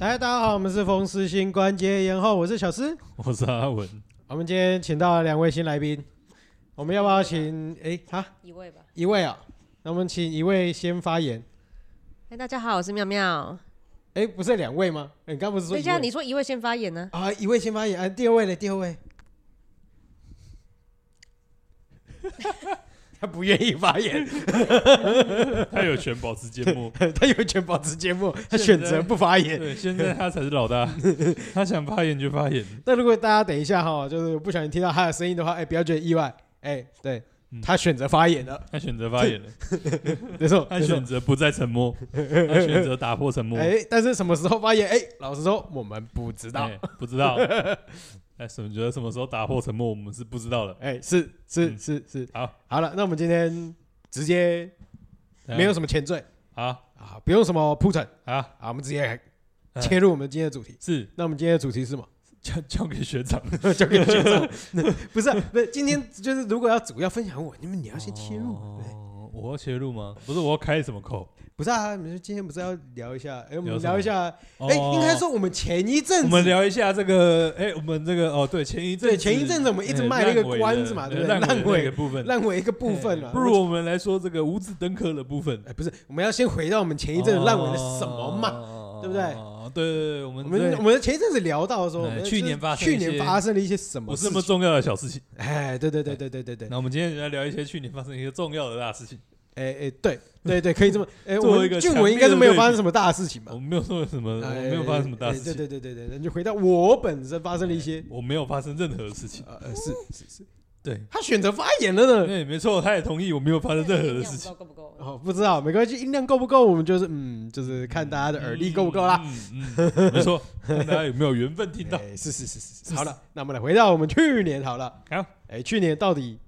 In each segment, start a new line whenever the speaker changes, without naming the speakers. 嗨，大家好，我们是风湿性关节炎后，我是小诗。
我是阿 文，
我们今天请到了两位新来宾，我们要不要请？哎、啊，
一位吧。
一位啊，那我们请一位先发言。
哎，大家好，我是妙妙。
哎、不是两位吗？哎你刚不是说
等一
一
下，
位
你说一位先发言呢？
啊？一位先发言，啊，第二位呢？第二位，他不愿意发言，
他有权保持缄默。
他有权保持缄默，他选择不发言。
对，现在他才是 老大，他想发言就发言。
那如果大家等一下哈，就是不小心听到他的声音的话，哎、不要觉得意外，哎、对、
嗯
他选择发言了，
他选择发言 了，
没错，
他
没错
选择不再沉默，他选择打破沉默。
哎，但是什么时候发言？哎，老实说，我们不知道。
哎不知道，哎，什么觉得什么时候打破沉默，我们是不知道的。
哎，是是
嗯
是是，
好，
好了，那我们今天直接
嗯
没有什么前缀
哎好
啊，不用什么铺陈
好
啊，我们直接
嗯
切入我们今天的主题。
是
那我们今天的主题是 什么？
交交给学长。
交给学长。 不是啊，不是，今天就是如果要主要分享我，你们你要先切入。对
哦我要切入吗？不是，我要开什么口？
不是啊，你们今天不是要聊一下？哎，我们
聊什么
聊一下。
哦
哎，应该说我们前一阵
我们
子。
聊一下这个，哎，我们这个哦，对，前一阵
对，
子
前一阵子我们一直
哎
卖了一个
烂尾的哎
关子嘛，对不对？
烂
烂
尾的那
尾
个，部分，
烂尾一个部分嘛。
哎不如我们来说这个五子登科的部分。
哎，不是，我们要先回到我们前一阵子哎烂尾的什么嘛？
嘛
对不对？
哦对对对，我
我
们
们我
对
们前一阵子聊到说，
哎
我们
去年发生
去
一些
年发生了一些什么
不
事
是那么
情？
重要的小事情。
哎，对对对对对对对，
那我们今天来聊一些去年发生一些重要的 大事情。
哎哎，对对对，可以这 么哎，
作为
我们
一个
俊
强
文
烈
应该是
的
没有
对
发生
比
什么大事情吧
我？们没有做什么，我
哎
没有发生什么大
哎
事情，哎
对对对对对，那就回到我本身发生了一些，
我没有发生任何事情。
呃呃，是是是，
对，
他选择发言了呢。
对，没错，他也同意我没有发生任何的事情。
够不够？
哦，不知道，没关系，音量够不够，我们就是嗯，就是看大家的耳力够不够啦。
嗯？嗯，嗯没错，看大家有没有缘分听 到？
哎，是是是是是，
是
好了，那我们来回到我们去年好了。
好，
哎，去年到底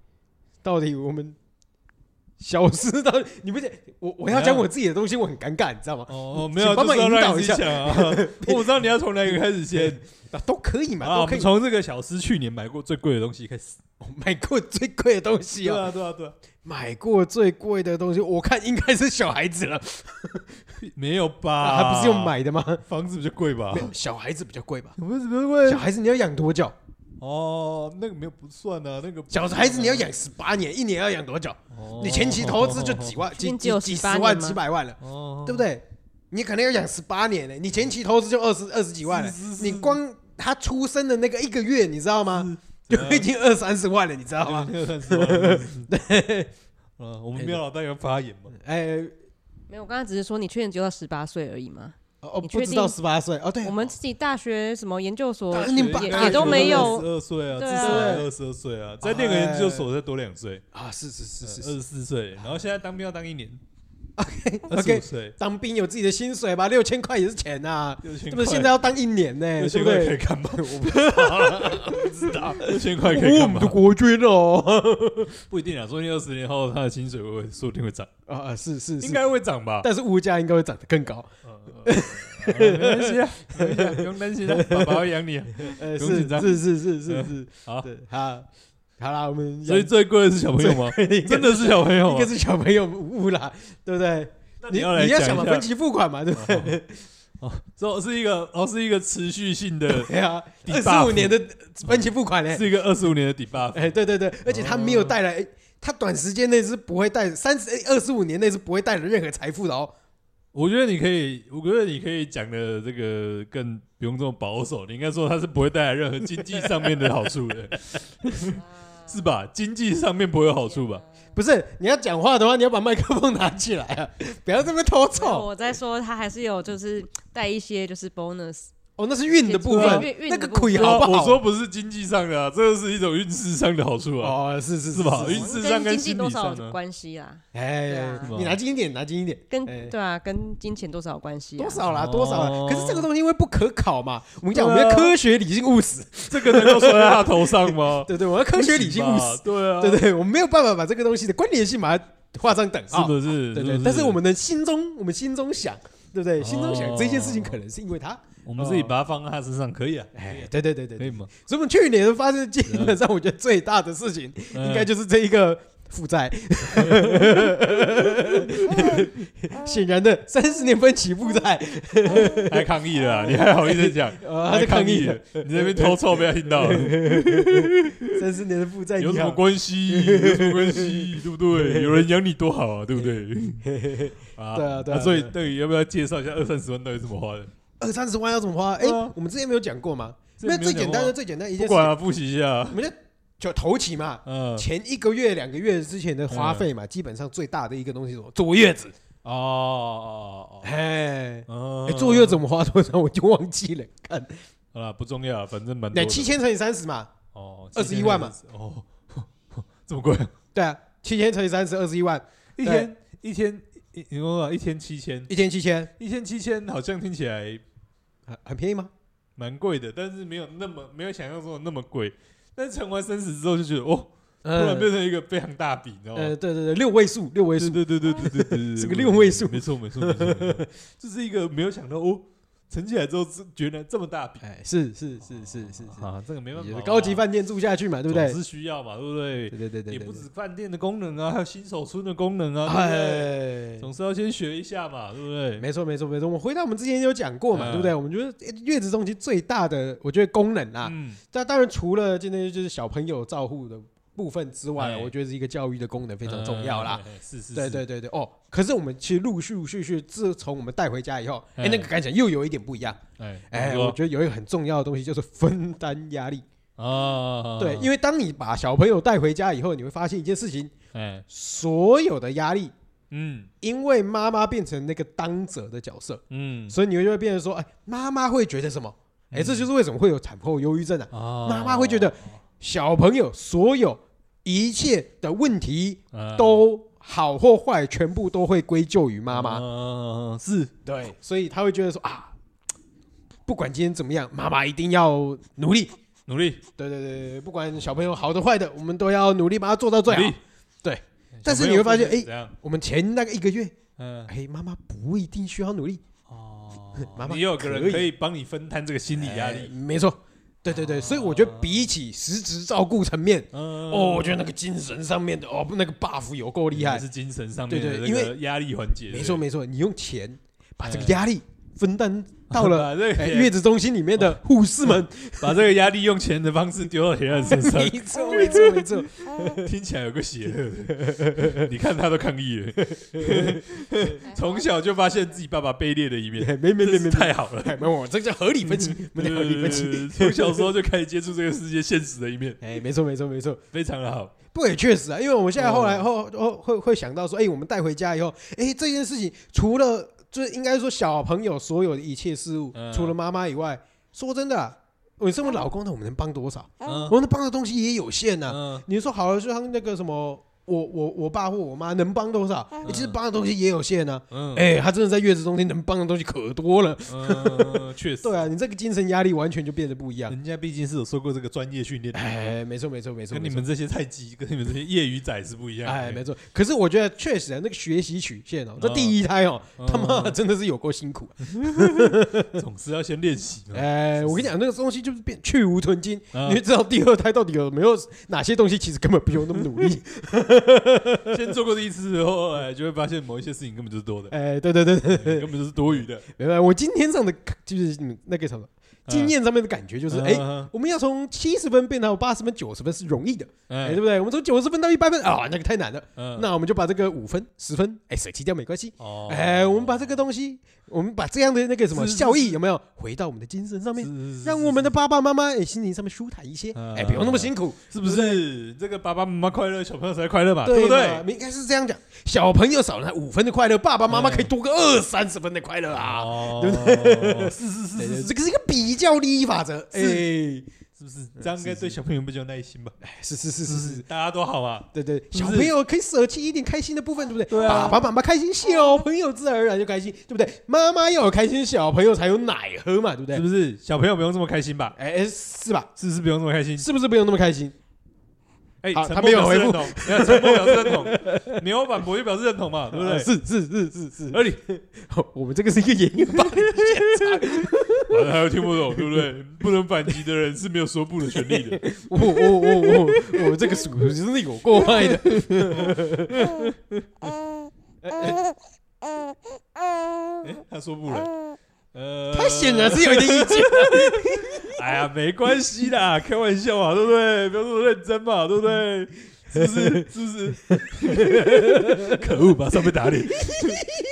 到底我们小事到底你不是我我要讲我自己的东西，我很尴尬，你知道吗？
哦，没有，
请帮忙
就是要
引导
让
一
你
下
想啊， 我不知道你要从哪一个开始 先。
啊，都可以嘛，
啊，
都
我
可
们
以。
从这个小师去年买过最贵的东西开始。
我买过最贵的东西
对
哦，
啊，对啊，对啊，
买过最贵的东西，我看应该是小孩子了，
没有吧？
啊还不是用买的吗？
房子比较贵吧
没？有，小孩子比较贵吧？
不是比较贵
小孩子你要养多久？
哦，那个没有不算啊，那个不
小
算啊
孩子你要，养十八年，一年要养多久？
哦
你前期投资就几万、几
今天只
几
有
几十万、
18年吗
几百万了，
哦
对不？对？你可能要养十八年呢，你前期投资就二十二十几万了
是是，是
你光他出生的那个一个月，你知道吗？
是
就已经二三十万了，你知道吗？
二三十万。哦 对，嗯，我们喵老大要发言嘛？
哎，
没有，我刚刚只是说你去年只有到十八岁而已嘛。
哦，
你
不
确
知道
定
十八岁哦，对，
我们自己大学什么研究所
大，学你爸
也
大
也
学
都没
二
有
十二岁啊，至
对
少
啊
二十二岁啊，再念个研究所再多两岁，
啊，是是是
二
是
十
是，
四岁，然后现在当兵要当一年，二十
OK，
五岁，
当兵有自己的薪水吧，六千块也是钱呐，
六
这
千块，
不是现在要当一年呢，
六
对
千
不
块可以
哎对？
干嘛？
我不知道，不知道，
六千块可以
我
干
们
嘛
的？国军哦，
不一定啊，说不定二十年后他的薪水会说不定会涨，
啊啊，是是
应
是，
该会涨吧？
但是物价应该会涨得更高，
嗯
哦
嗯嗯没关系 啊，没关系啊不用担心啊，爸爸会养你啊。
呃，
不用
是
紧张
是是是是是，
好
对，好，好啦，我们
所以最贵的是小朋友吗？ 真
真
的是小朋友
一
吗
个？是小朋友无误啦， 对不对？
那
你
哦要来
你要
讲
想嘛，
一
分
下，
期付款嘛，对不对？
哦，这是一个哦，是一个持续性 的，
对啊，二
Debuff
十五年的分期付款呢？
是一个二十五年的 debuff。
哎，对对对，而且他没有
哦
带来，哎他短时间内是不会带三十哎二十五年内是不会带来任何财富的哦。
我觉得你可以，我觉得你可以讲的这个更不用这么保守，你应该说它是不会带来任何经济上面的好处 的， 是吧？经济上面不会有好处吧？
不是，你要讲话的话，你要把麦克风拿起来啊， 不要这么偷
没有
凑
我在说他还是有就是带一些就是 bonus，
哦。那是运的部分
运运，运
那
的
个
部分
亏
对
好
啊
不好？
我说不是经济上的啊，这个是一种运势上的好处啊。
哦，是是
是吧运势上
跟
跟
经济
心
多
理
少
上
有
呢？
关系啦，对
哎
啊，
你拿近一点，拿近一点。
跟
哎
对啊，跟金钱多少有关系啊？
多少啦，多少啦。
哦
可是这个东西因为不可考嘛，我们讲我
对啊
们要科学、理性、务实，
这个能够算在他头上吗？
对对，我要科学、理性、务
不
实
行吧，对啊，
对对，我们没有办法把这个东西的关联性把它画上等
是
号，
不是？
对
不
对。但是我们的心中，我们心中想，对不对？
哦
心中想这件事情可能是因为他，
我们自己把它放在他身上可以啊，
哎，哦对对对对
可以
对。
吗？嗯
所以我们去年发生基本上我觉得最大的事情，应该就是这一个负债，
嗯
显然的三十年分期负债，
还抗议 了啊、你还好意思讲？
啊，他在抗议
了，你在那边偷臭，被他 听到了，
三十年的负债，
有
你
什么
好，
关系？有什么关系？对 不对？有人养你多好啊，对不对？啊
对啊对啊
所以
对啊
到底要不要介绍一下二三十万到底怎么花的？
二三十万要怎么花？哎
对啊，
我们之前没有讲过吗？
这
那
没有
最
讲
简
过
单
啊
的最简单一
不
件
管
事，
啊，复习一下
我。们就就投期嘛，
嗯，
前一个月、两个月之前的花费嘛，基本上最大的一个东西是什么？坐月子。
哦哦哦
哎，
哦，
哎
嗯
坐月子我们花多少我就忘记了，看，
好啦，不重要啊，反正蛮多
那
的
七千乘以三十嘛，
哦，
21万嘛
7000，哦， 这么贵，
对啊，七千乘以三十，二十一万，
一天一天一，你说啊一天七千，
一天七千，
一天七千好像听起来
很很便宜吗？
蛮贵的，但是没有那么没有想象中的那么贵。但是乘完三十之后就觉得哦，突然
嗯，
变成一个非常大笔，你知道
呃，
吗？
对对对，六位数，六位
对
数，
对对对对对对 对，
是个
对
六位数
没错没错没错，没错 这是一个没有想到哦，乘起来之后是觉得这么大笔，
哎，是是是是是是，
啊，这个没办
也
法
是
啊，
高级饭店住下去嘛，对不对？
总是需要嘛，对不
对？
对
对对对，
也不
对
止饭店的功能啊，还有新手村的功能啊，对不对？
哎，
总是要先学一下嘛，对不对？
没错没错没错，我们回到我们之前有讲过嘛，
嗯
对不对？我们觉得哎月子中心最大的，我觉得功能啊，
嗯，
那当然除了今天就是小朋友照护的部分之外，
哎
我觉得是一个教育的功能非常重要啦。
嗯，是是，
对
是
对，对对，哦，可是我们其实陆陆续续，自从我们带回家以后，哎，
哎
那个感想又有一点不一样。
哎
哎，我觉得有一个很重要的东西就是分担压力。
得啊，
对，因
为
为当你把小朋友带回家以后，你会发现一件事情，
哎，
所有的压力，
嗯
因为妈妈变成那个当责的角色，
嗯，
所以你就会变成说，哎，妈妈会觉得什么？哎，这就是为什么会有产后忧郁症啊。
啊
妈妈会觉得小朋友所有一切的问题
嗯
都好或坏，全部都会归咎于妈
嗯
妈。
妈哦是
对，所以他会觉得说啊，不管今天怎么样，妈妈一定要努力。
努力
对对对对，不管小朋友好的坏的，我们都要努力把它做到
努
最好
力。，
对
小朋友
但是你会发现
不能
哎
怎样？
我们前那个一个月，
嗯
哎，妈妈不一定需要努力，
哦
妈妈
你有个
可
人
以
可以帮你分摊这个心理压
哎
力，哦
没错，对对对，所以我觉得比起实质照顾层面，
嗯
哦，我觉得那个精神上面的哦，那个 buff 有够厉害
也。是精神上面
对
的
对
那
因
个压力缓解，
没错没错，你用钱把这个
哎
压力分担到了
把这
哎
个
月子中心里面
哦
的护士 们。
把这个压力用钱的方式丢到别人身上，
没错没错没 错，
听起来有个邪恶的。你看他都抗议了，从小就发现自己爸爸卑劣的一面，
哎没没没
真
没
是
没
太嗯好了。
哎，没有，我这叫合理分析，我们叫合理分析。
呃从小时候就开始接触这个世界现实的一面，
哎，没错没错没错，
非常的好。
不过也确实啊，因为我们现在
哦
后来后后会会想到说，哎，我们带回家以后，哎，这件事情除了就是应该说小朋友所有的一切事物，
嗯
除了妈妈以外，说真的啊，我身为老公的，我们能帮多少？
嗯
我们能帮的东西也有限啊呐。
嗯
你说好了，就像那个什么，我我我爸或我妈能帮多少？欸其实帮的东西也有限呢、
嗯，
哎、他真的在月子中心能帮的东西可多了。
嗯确实，
对啊，你这个精神压力完全就变得不一样。
人家毕竟是有受过这个专业训练的，
哎、没错没错没错，
跟你
没错
们这些菜鸡，跟你们这些业余仔是不一样的。
哎没错。可是我觉得确实啊，那个学习曲线哦，这第一胎哦，
嗯
他妈的真的是有够辛苦。
总是要先练习嘛。
哎、我跟你讲，那个东西就是变去无存精，
嗯
你就知道第二胎到底有没有哪些东西，其实根本不用那么努力。
先做过第一次之后，哎，就会发现某一些事情根本就是多的，
哎、对对对对对
根，本就是多余的。
明白？我今天上的就是嗯那个什么经验上面的感觉，就是哎、
嗯
我们要从七十分变到八十分、九十分是容易的，哎、
哎
对，不对？我们从九十分到一百分啊，那个太难了。
嗯
那我们就把这个五分、十分，哎，舍弃掉没关系。
哦，
哎，我们把这个东西，我们把这样的那个什么
是是
效益有没有回到我们的精神上面，
是
让我们的爸爸妈妈哎心灵上面舒坦一些，
嗯
哎，不用那么辛苦，
是不是这个爸爸妈妈快乐，小朋友才快乐啊嘛，对
对
不
嘛？
对？
我们应该是这样讲，小朋友少了五分的快乐，爸爸妈妈
嗯
可以多个二三十分的快乐啊。
哦
对
对？是是
对
是
对
是，
这个是一个比较利益法则，哎，
是不是这样应该对小朋友比较有耐心吧？
是是是
是
是
不
是
是，。大家都好啊。
对对，
是
小
不是
朋友可以舍弃一点开心的部分，对不对？
对啊哦
爸爸妈妈开心，小朋友自然而然就开心，对不对？妈妈要有开心，小朋友才有奶喝嘛，对不
是
对？
不是小朋友不用这么开心吧？
哎，哎是吧？
是不是不用这么开心？
是不是不用那么开心？
哎，
好
陈
他
默
没有
表示
回复
认同，没有陈默表示认同， 你老板伯就表示认 同嘛，对不
啊
对？
是是是是是，
而你
我们这个是一个演员吧？
反正啊他又听不懂，对不对？不能反击的人是没有说不的权利的。
我我我我我这个鼠真的有够坏的。
嗯
哎，他说
嗯
不了， 呃，
他显然是有一点 意见。
哎呀，没关系啦， 开玩笑嘛，对不对？不要这么认真嘛，对不对？是不是？是 不是？可恶，马上被打脸！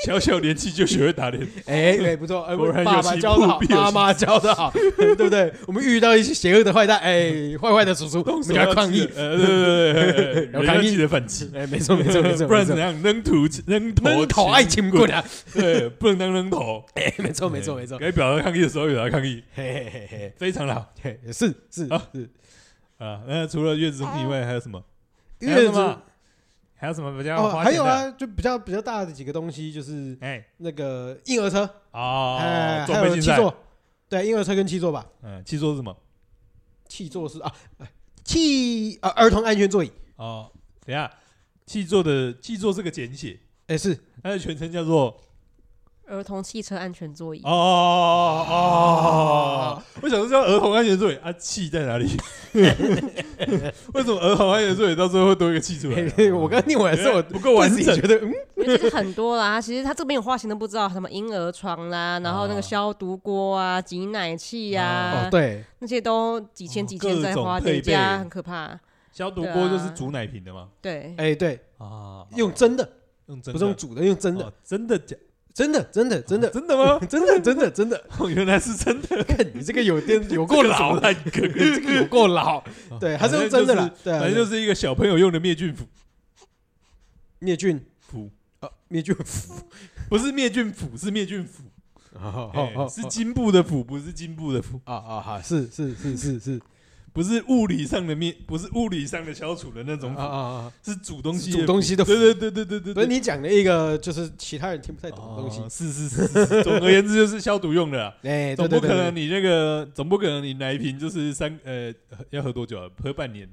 小小年纪就学会打脸，
哎哎，不错，哎
果然有
爸爸
其
教的
父
好
必，有
妈
其
妈教的好，对不对？我们遇到一些邪恶的坏蛋，哎，坏坏的叔叔，我们给他抗议。
呃，对对对对对，
要
人
抗
要
议
记得反击，
哎，没错 没错没错，
不然
没错
怎样？扔土扔头
扔头爱情棍啊！
对，不能当扔头。
哎，没 错没错没错，
该表达抗议的时候表达抗议，
嘿嘿嘿
非常好
嘿，嘿是是
好
是。
啊。那除了月子中心以外，还有什么？还有
月
什
子
么？还有什么比较
哦，
花
还
钱
有
的？
啊，就比较比较大的几个东西，就是
哎，
那个婴儿车，
哦
哎，，
装
还有
备竞
七
赛，
座，对，婴儿车跟七座吧，
嗯，七座是什么？
气座是啊，气呃儿童安全座椅，
哦，等一下，气座的气座是个简写，
哎是
它的全称叫做
儿童汽车安全座椅
哦，哦哦，我想说叫儿童安全座椅啊，气在哪里？ 为什么儿童安全座椅到最后会多一个气出来
嘿
啊？
嘿 我刚刚念完是哎我
不够完
自己
整
觉，得嗯，
因为其实很多啦，其实他这边有花钱都不知道，什么婴儿床啦，然后那
啊
个消毒锅啊、挤奶器呀、
哦
啊，
对，
那些都几千
哦
几千在花，
各种配
叠
备
加很可怕。
消毒锅就是煮奶瓶的嘛。
对，
哎对，
啊，
用哦真的，
用真的
不是用煮的，用真的，
哦真的假
真的真的真的
真的吗？
真的真的真的，
哦原来是真的，
看你这个有点有够老
老
了，
烂梗，
这个 有够 老，对，还是用真的啦，对啊，
反正就是一个小朋友用的灭菌服
灭菌
服，
啊灭菌，
不是灭菌服，是灭菌服。
好
哎是金布的腐，不是金布的腐，
啊啊好是是是是是
不是物理上的面，不是物理上的消除的那种
啊
腐，
啊啊，
是煮东西的
煮东西的
腐。对对对对对对
所以
对，
你讲了一个就是其他人听不太懂的东西
哦，是是是是，是总而言之就是消毒用的啦。
哎，对
总不
对对
可能
对，
你那个，总不可能你奶瓶就是三呃喝要喝多久啊？喝半年，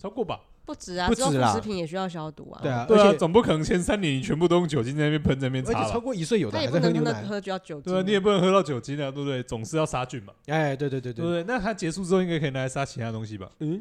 超过吧？
不止啊，
不
之后
止
副
啦
食品也需要消毒啊。
对，啊，
对
而
啊，
且
总不可能前三年你全部都用酒精在那边喷在那边
而且
擦
超
吧？
过一岁有的
他
还
也不
在喝
能
牛
喝
奶，
喝就要酒精。
对啊，你也不能喝到酒精啊，对不对？总是要杀菌嘛，
哎，对对对
对不
对，
对？那它结束之后应该可以拿来杀其他东西吧？
嗯，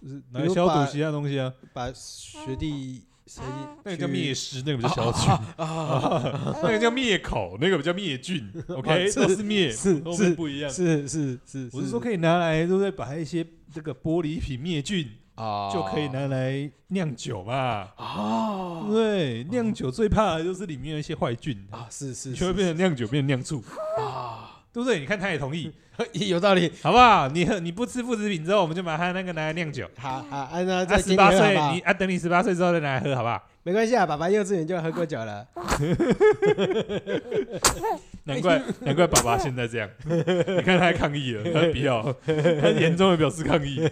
就是拿来消毒其他东西啊。
把学弟塞进
那个叫灭食，那个不叫
小
消菌，
啊，
那个叫灭口，那个不叫灭 菌。
啊
OK，
是
都是灭，
是
后
是
面不一样。
是是是，
我是说可以拿来，对不对？把一些这个玻璃瓶灭菌，
啊，
就可以拿来酿酒嘛。
啊
对，酿酒最怕的就是里面有一些坏菌，
啊，是是，
全会变成酿酒，变成酿醋，
啊，
对不对？你看他也同意，
有道理。
好不好？你喝你不吃副食品之后，我们就把它那个拿来酿酒。
好好，安娜
啊，
在
十八岁你
你
啊，等你十八岁之后再拿来喝，好不好？
没关系啊，爸爸幼稚园就喝过酒了。
难怪难怪爸爸现在这样，你看他还抗议了，他 不要，他严重的表示抗议。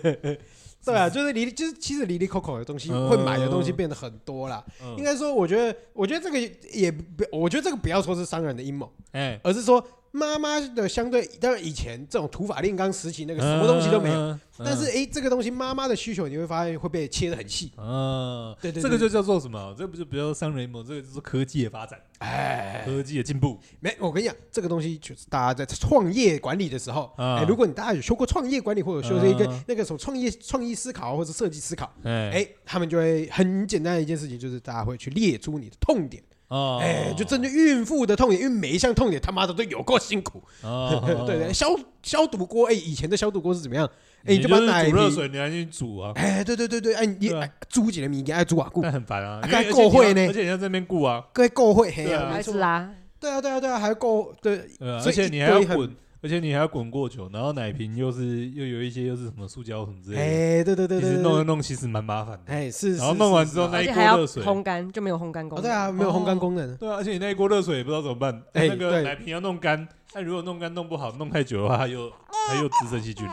对啊，就是离就是其实离离口口的东西，
嗯
会买的东西变得很多啦。应该说，我觉得我觉得这个也不，我觉得这个不要说是商人的阴谋，
哎，
而是说妈妈的相对，当然以前这种土法炼钢时期那个什么东西都没有，
有
但是诶，这个东西妈妈的需求你会发现会被切得很细。
嗯，
对对对
这个就叫做什么？这不就不叫商人阴谋，这个就是科技的发展，
哎，
科技的进步。
没，我跟你讲，这个东西就是大家在创业管理的时候，
啊
哎，如果你大家有修过创业管理，或者修这一个
嗯
那个什么创业创意思考或者设计思考，
哎
哎，他们就会很简单的一件事情，就是大家会去列出你的痛点，
哦
哎，就针对孕妇的痛点，因为每一项痛点他妈的都有够辛苦，
哦
对对，消消毒锅，哎，以前的消毒锅是怎么样？哎，
你
就把
是
奶
煮热
瓶
水，你还去煮啊，
哎，对对对对，哎，你
对啊
哎煮几个米给爱煮瓦固，
那很 烦啊
啊。
因为
该过会
而且
呢
你要而且你要在那边顾啊，
各位够会黑
对啊
没
还
错
是啦，
对啊对啊对啊，还够对，
对啊
所
而
以
且
一
你还要
堆很
滚，而且你还要滚过久，然后奶瓶又是又有一些又是什么塑胶什么之类的，
哎，对对对
其
对
实
对
弄一
对，
弄其实蛮麻烦的。
哎是，
然后
是
弄完
是
之后
是
那
而
一
且
锅
还要
热水
烘干，就没有烘干功
哦
能。
对啊，没有烘干功能，
对啊，而且你那一锅热水也不知道怎么办，
哎
那个
对
奶瓶要弄干，那如果弄干弄不好，弄太久的话，它又它又滋生细菌了，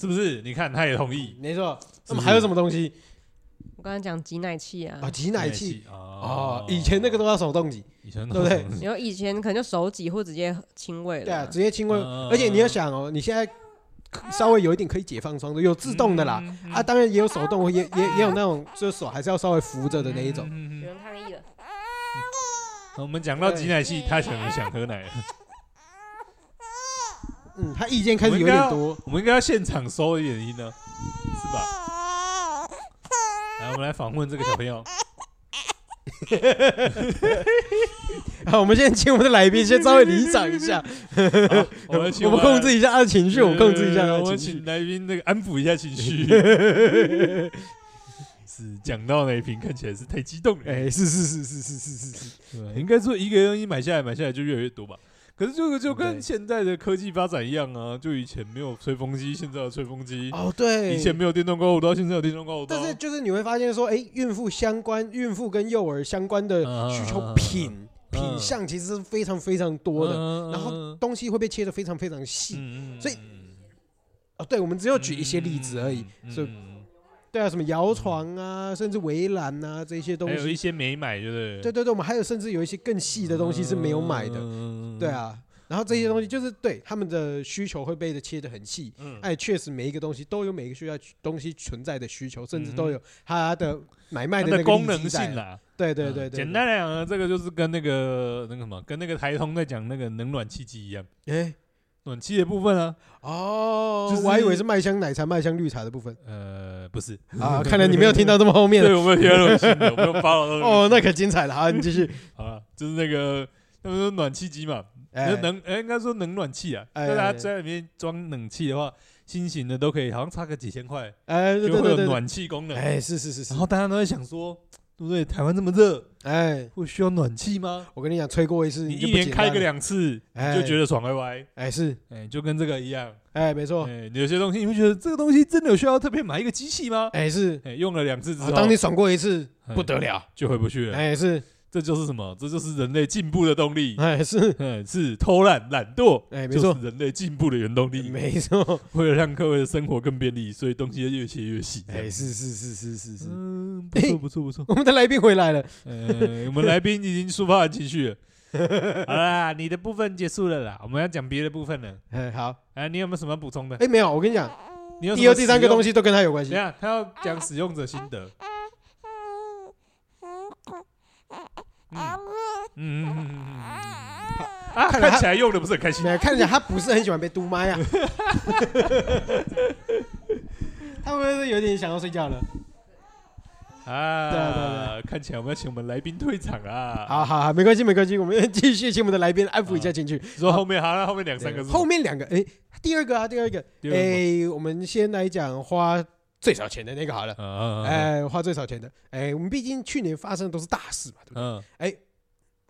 是不是？你看他也同意
没错。那
是不
么
是
还有什么东西
我刚才讲挤奶器啊
啊？，挤奶器
啊
哦，以前那个都要手动挤，
以前
对不对
然后以前可能就手挤或直接亲喂
对啊，
了。
直接亲喂
嗯。
而且你要想哦，你现在可稍微有一点可以解放双手，有自动的啦。
嗯
啊，，当然也有手动，也也也有那种，就是手还是要稍微扶着的那一种。
嗯嗯嗯嗯
有人抗议了，
我们讲到挤奶器，他想想喝奶了，
嗯，他意见开始有点多。
我们应该要现场收一点音呢，是吧？来，我们来访问这个小 朋友，
好，我们现在请我们的来宾先稍微离场一下，
我们
我们控制一下他的情绪，我们控制一下他
我
的
们
情绪
请。来宾那个安抚一下情 绪。是讲到那一瓶看起来是太激动了，
哎，是是是是是是是是，
对吧应该说一个东西买下来买下来就越来越多吧。可是这个就跟
对
现在的科技发展一样啊，就以前没有吹风机，现在有吹风机；
哦对，
以前没有电动刮胡刀，现在有电动刮胡刀。
但是就是你会发现说，哎、孕妇相关、孕妇跟幼儿相关的
嗯
需
嗯嗯
求
嗯
品、
嗯
品相其实是非常非常多的，
嗯
然后东西会被切得非常非常细。
嗯嗯
所以
嗯
哦，对，我们只有举一些例子而已。
嗯
所以
嗯
对啊，什么摇床啊，甚至围栏啊这些东
还有一
西。
些没买，对不对？
对对对，我们还有甚至有一些更细的东西是没有买的。
嗯
对，啊，然后这些东西就是对他们的需求会被的切得很细。
嗯，
哎，确实每一个东西都有每一个需要东西存在的需求，甚至都有它的买卖
嗯它
的那
的
个
功
利基
能
在
性。啦，
对对对
嗯
对，
简单来讲呢，这个就是跟那个那个什么，跟那个台通在讲那个冷暖气机一样，
对。哎，
暖气的部分啊，
哦，
就是
我还以为是麦香奶茶、麦香绿茶的部分
呃， 不是，
啊，看来你没有听到这么后面的
对，我没有听到那种新的，我没有发到
哦，那 可精彩了。好，你继续。
好了，啊就是那个。他们说暖气机嘛，
哎，
能哎，应该说冷暖气啊。
哎
那
哎
大家
哎
在里面装冷气的话，新型的都可以，好像差个几千块
哎，对
就
对
会
对
有
对对，
暖气功能。
哎，是是是是
然，后大家都在想说，对不对？台湾这么热，
哎，
会需要暖气吗？
我跟你讲，吹过一次，
你
就
一
不
年
简
开
单
个
了，
两次，
哎，
就觉得爽歪歪。
哎是，
哎，就跟这个一样。
哎，没错，
哎，有些东西你会觉得这个东西真的有需要特别买一个机器吗？
哎是。
哎，用了两次之
啊
后，
当你爽过一次，
哎
不得了，
就回不去了。
哎是，
这就是什么？这就是人类进步的动力。
哎是，
嗯，是偷懒、懒惰，
哎没
就
错哎
是，人类进步的原动力。
没 错，
为了让各位的生活更便利，所以东西越切越细。
哎是哎是是是是是，
嗯，不错不错 不错。
我们的来宾回来了，
呃，我们来宾已经抒发完情绪了。 好啦，你的部分结束了啦，我们要讲别的部分了。
哎好，
啊，你有没有什么补充的？
哎没有，我跟你讲，
你有什么
第二、第三个东
西？
西都跟他有关
等一
系，
下，他要讲使用者心得。嗯嗯嗯嗯嗯嗯嗯啊，
看来他
看起来用的不是很开心。
没有看起来他不是很喜欢被嘟麦 啊，他会不会是有点想要睡觉了？
啊，
对对
看起来我们要请我们来宾退场啊。
好好好，没关系没关系，我们继续请我们的来宾安抚一下情绪。
说后面好，那后面啊两三个
对
字。
后面两个，哎，第二个啊，第二个，
第二个是
哎，我们先来讲花最少钱的那个好了。
什么啊，哎，
哎，花最少钱的，哎，我们毕竟去年发生的都是大事嘛，对不对？
嗯，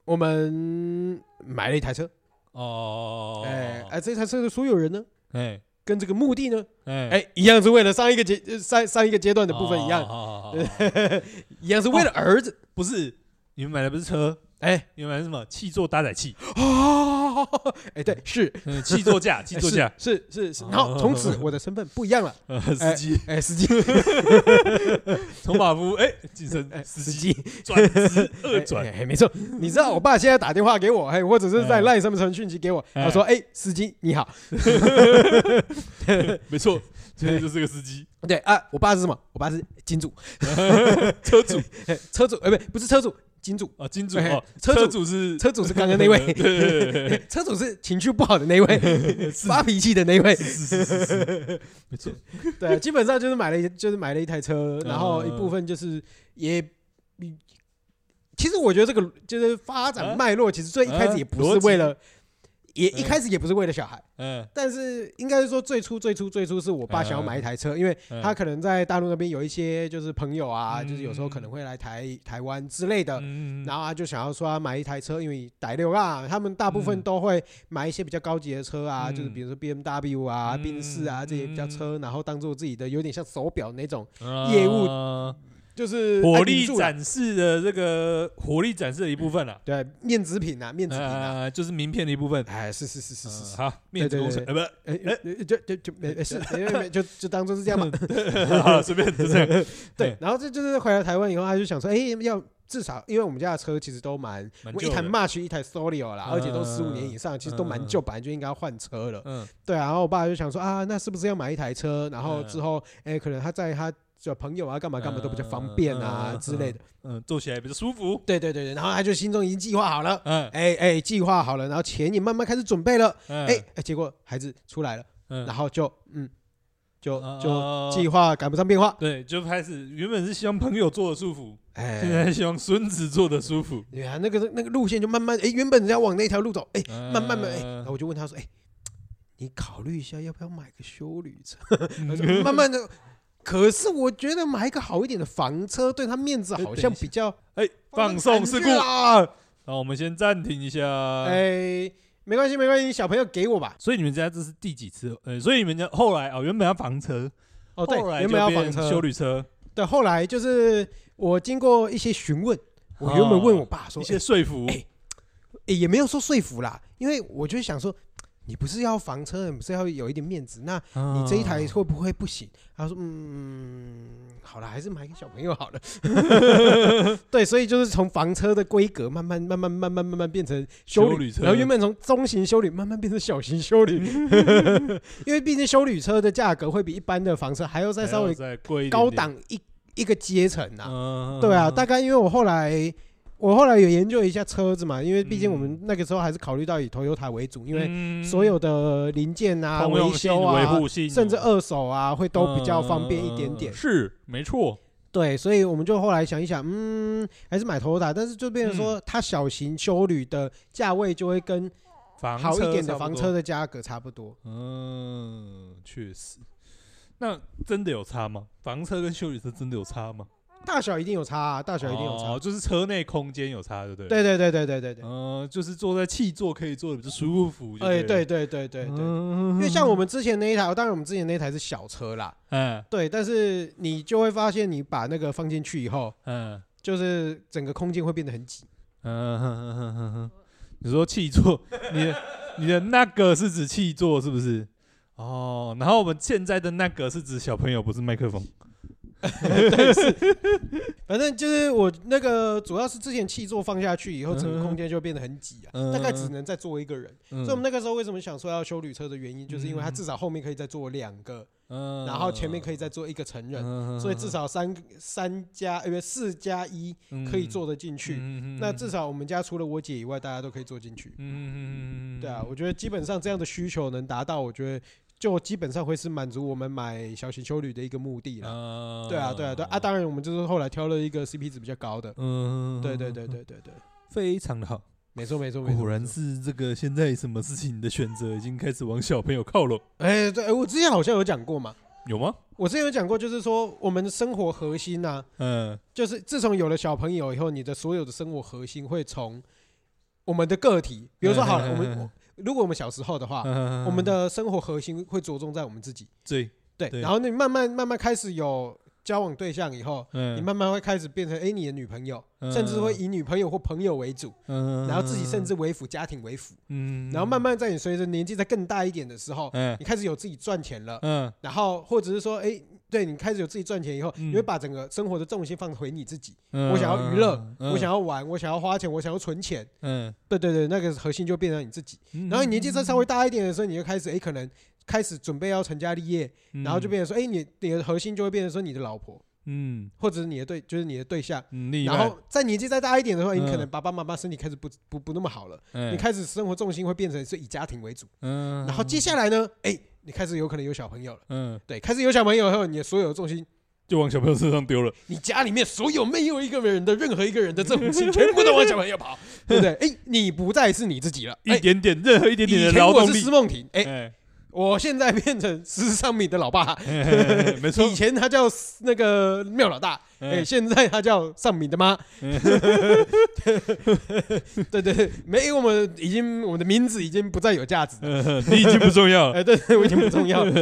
我们买了一台车，
哦，
哎哎，这台车的所有人呢，
哎
跟这个目的呢，
哎
哎，一样是为了上一个阶呃上上一个阶段
的
的部分一
哦
样，
样
一样是为了儿子，
不是，你们买的不是车，
哎
你们买的是什么？气座搭 载器，
哦，哎，对，是
嗯气座架，气座架，
哎是是是，
哦
然后从此我的身份不一样了，
呃，司机，
哎，司机，
从马夫，哎，晋升
哎，
司
司
机
机，
转职二
哎
转，
哎哎没错。你知道我爸现在打电话给我，哎，或者是在
哎
LINE 上面传讯息给我，
哎
他说：“哎，司机你 好。 哎
没错，现在就是个司机，”
对啊，我爸是什么？我爸是金主，
车主
哎 车主，哎，不不是车主，金主。
啊，金主
哎
哦，
车主
车主是
车主是刚刚那位
对对对对，
车主是情绪不好的那一 位，发脾气的那一位。
是是是 是，没错，
对，啊基本上就是买了一，就是买了一台车，然后一部分就是也，其实我觉得这个就是发
啊
展脉络，其实最一开始也不是为了，也一开始也不是为了小孩，
嗯，
但是应该是说最初最初最初是我爸想
啊
要买一台车，因为
嗯
他可能在大陆那边有一些就是朋友啊，就是有时候可能会来台台湾之类的。
嗯
然后他就想要说他买一台车，因为逮六啊，他们大部分
嗯
都会买一些比较高级的车啊，
嗯
就是比如说 B M W 啊、
嗯
宾士啊这些比较车，然后当做自己的有点像手表那种，业务呃
务
就是
啊火
哎
力
顶住了
展示的这个火力展示的一部分啦、
对面子品啊，面子品啊，
呃，就是名片的一部分。
哎，是是是是是
呃
是，
好，面子工程，
对
呃，不是
哎哎就就就没没事，没没没就就当做
嗯
是这样嘛。，
呃好了，随便就这样。
对，然后这就是回来台湾以后，他就想说，哎，要至少因为我们家的车其实都蛮，
蛮
我
旧
一台
的
March 一台 Solio 啦，
嗯
而且都十五年以上，其实都蛮旧，本来就应该换车了。
嗯，
对啊，然后我爸就想说啊，那是不是要买一台车？然后
嗯
之后，哎，可能他在他就朋友啊，干嘛干嘛都比较方便啊
嗯嗯嗯
之类的。
嗯，坐起来比较舒服。
对对对对，然后他就心中已经计划好了，
嗯，
哎哎，计划好了，然后钱也慢慢开始准备了，哎
哎，
哎，结果孩子出来了，
嗯
然后就嗯，就就
哦
计划赶不上变化，
对，就开始原本是希望朋友坐的舒服，现
哎，
在希望孙子坐的舒服。
对啊，那个那个路线就慢慢，哎，原本要往那条路走，哎，慢
慢
慢慢，哎，然
嗯
后我就问他说，哎，你考虑一下要不要买个修旅 车？他说慢慢的，可是我觉得买一个好一点的房车对他面子好像比较
哎，放送事故。
啊，
那我们先暂停一下。
哎，没关系没关系，小朋友给我吧。
所以你们家这是第几次？呃，所以你们家后来哦，原本要房车，
哦，对，
后来
原
就
本要
变
房车
修，旅车，
对，后来就是我经过一些询问，我原本问我爸说，
哦一
哎
些说服。
哎诶也没有说说服啦，因为我就想说，你不是要房车，你不是要有一点面子，那
你
哎你这一台
嗯
会不会不行？他说，嗯，好了，还是买给小朋友好了。 对，所以就是从房车的规格慢慢慢慢慢慢慢慢变成修
修旅车
然后原本从中型修旅慢慢变成小型修旅， 因为毕竟修旅车的价格会比一般的房车还要再稍微
啊再贵一点点
高，档一一个阶层啊。
嗯
对啊，大概因为我后来我后来有研究一下车子嘛，因为毕竟我
嗯
们那个时候还是考虑到以 Toyota 为主，因为
为
所有的零件啊、
嗯通
维
用性、
修
维
啊，
护性，
甚至二手啊，会都比较方便一点点
嗯。是没错，
对，所以我们就后来想一想，嗯，还是买 Toyota，但是就变成
嗯
说它小型修旅的价位就会跟
房
好一
车
点
差
的
不
房
多
车，的价格差不多。
嗯，确实。那真的有差吗？房车跟修理车真的有差吗？
大小一定有差、啊，大小一定有差
哦，。就是车内空间有差，对不对？
对对对对对对对，
嗯、就是坐在气座可以坐的比较舒服。就
哎，
对
对
了，
对
嗯
对对对。
因
因为像我，们之前那一台，当然我们之前那一台是小车啦，
嗯
对，但是你就会发现，你把那个放进去以后，
嗯
就是整个空间会变得很挤。
嗯哼哼哼哼哼，你说气座，你的你的那个是指气座是不是？哦，然后我们现在的那个是指小朋友，不是麦克风。
反正就是我那个主要是之前气座放下去以后，整个空间就变得很挤啊，
嗯
大概只能再坐一个人。
嗯
所以我们那个时候为什么想说要修旅车的原因，就是因为它至少后面可以再坐两个，
嗯
然后前面可以再坐一个成人，
人
所以至少三三加呃不四加一
嗯
可以坐得进去。
去
那至，少我们家除了我姐以外，大家都可以坐进
嗯
去。
嗯嗯嗯嗯嗯，
对啊，啊我觉得基本上这样的需求能达到，我觉得就基本上会是满足我们买小型修旅的一个目的了。
嗯
对啊，对啊，对啊啊！，当然，我们就是后来挑了一个 CP 值比较高的。
嗯，
对对对，对对对，
非常的好。
没错没错没错。
果然
没错，
是这个现在什么事情的选择已经开始往小朋友靠拢，
哎，对，哎我之前好像有讲过嘛，
有吗？
我之前有讲过，就是说我们的生活核心呢、
嗯，
就是自从有了小朋友以后，你的所有的生活核心会从我们的个体，比如
嗯
说好了，我们我如果我们小时候的话，啊我
我
们的生活核心会着重在我们自己。
啊对，
对，
嗯对
然后你慢慢慢慢开始有交往对象以后，你
嗯，
慢慢会开始变成哎、诶你的女朋友，
嗯
甚至会以女朋友或朋友为主，
嗯
然后自己甚至为辅，家庭为辅，
嗯，
然后慢慢在你随着年纪再更大一点的时候，
嗯
你开始有自己赚钱了，
嗯
然后或者是说哎、诶对你开始有自己赚钱以后，
嗯
你会把整个生活的重心放回你自己，
嗯，
我想要娱乐
嗯，
我想要玩，我想要花钱，我想要存钱。
嗯，
对对对，那个核心就变成你自己。
嗯，
然后你年纪再稍微大一点的时候，你就开始哎、诶可能开始准备要成家立业，
嗯，
然后就变成说，哎、你你的核心就会变成说你的老婆，
嗯
或者是你的对，就是你的对象。
嗯，另一
然
半
后再年纪再大一点的话，你可
嗯
能爸爸妈妈身体开始不不不那么好了，
嗯
你开始生活重心会变成是以家庭为主。
嗯，
然后接下来呢，哎，你开始有可能有小朋友了，
嗯，
对，开始有小朋友以后，你的所有重心，
就往小朋友身上丢了，
你家里面所有没有一个人的任何一个人的重心，全部都往小朋友 跑，对不对？哎，你不再是你自己了，
一
哎，
点点任何一点点
以
的
前
劳
我
动
是
力
施，梦婷，哎，
哎，
我现在变成施尚敏的老爸，
嘿嘿嘿嘿哎没错
以，前他叫那个妙老大，哎、
哎
现在他叫尚敏的妈。对对对，没，我们已经我们的名字已经不再有价值了。
嗯 你已经不重 要
哎、
了，
对对，我已经不重要了。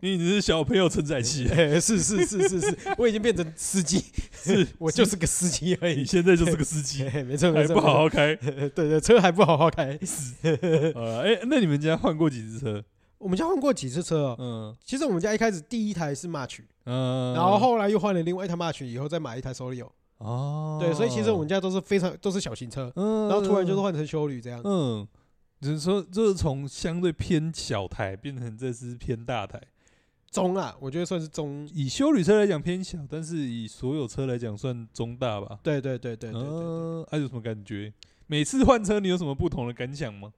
你只是小朋友承 载器，
哎是是是是是，我已经变成司 机，是我就是个司机而
你
已。
哎现在就是个 司机，
哎没错没
还
错，
不好
没
好开。
错，对对，车还不好好开。
呃，哎，那你们家换过几次车？
我们家换过几次车哦。
嗯
其实我们家一开始第一台是 March，
嗯，
然后后来又换了另外一台 March，以后再买一台 Solio。
哦，
对，所以其实我们家都是非常都是小型车，
嗯，
然后突然就是换成修旅这样。
嗯，只是说就是从相对偏小台变成这是偏大台。
中啊，我觉得算是中，
以修旅车来讲偏小，但是以所有车来讲算中大吧。
对对对对对对。
嗯，啊，有什么感觉？每次换车你有什么不同的感想吗？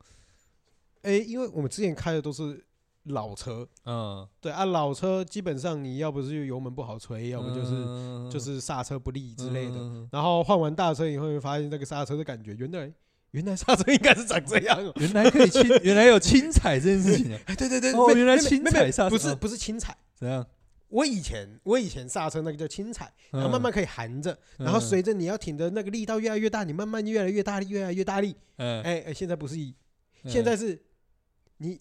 哎、因为我们之前开的都是老车，
嗯，
对啊，老车基本上你要不是就油门不好吹，要不就是
是
就是刹车不利之类的。
嗯
然后换完大车以后，会发现那个刹车的感觉，原来原来刹车应该是长这样哦。
原来可以轻，原来有轻踩这件事情啊？
哎，对对对，
哦
没
原来
没没
轻
没
踩
没
刹车
不是不是轻踩。
怎样？
我以前我以前刹车那个叫轻踩，它
嗯
慢慢可以含着，然后
嗯
随着你要挺的那个力道越来越大，你慢慢越来越大力，越来越大力。
嗯，
哎哎，现在不是一，
嗯
现在是你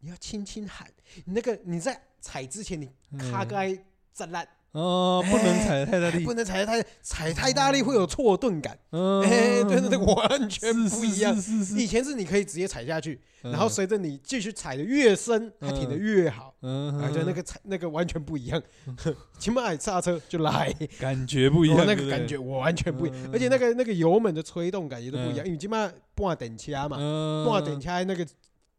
你要轻轻喊，你那个你在踩之前你咔该站烂，
嗯哦，不能踩得太大
哎
力
不，能踩嗯太踩太大力会有错顿感。
嗯，
哎，对对对，完全
是
不一样。
是是是
以
是，
前是你可以直接踩下去，
嗯
然后随着你继续踩的越深，它停的越好。
嗯，
哎，对，那个踩那个完全不一样。 起码刹车就来，
感觉不一样
哦我，那
对
个
不
感
对
觉，我完全不一
嗯
样，而且那个那个油门的吹动感也都不一样，因为起码半等掐嘛，
嗯，
半等掐那个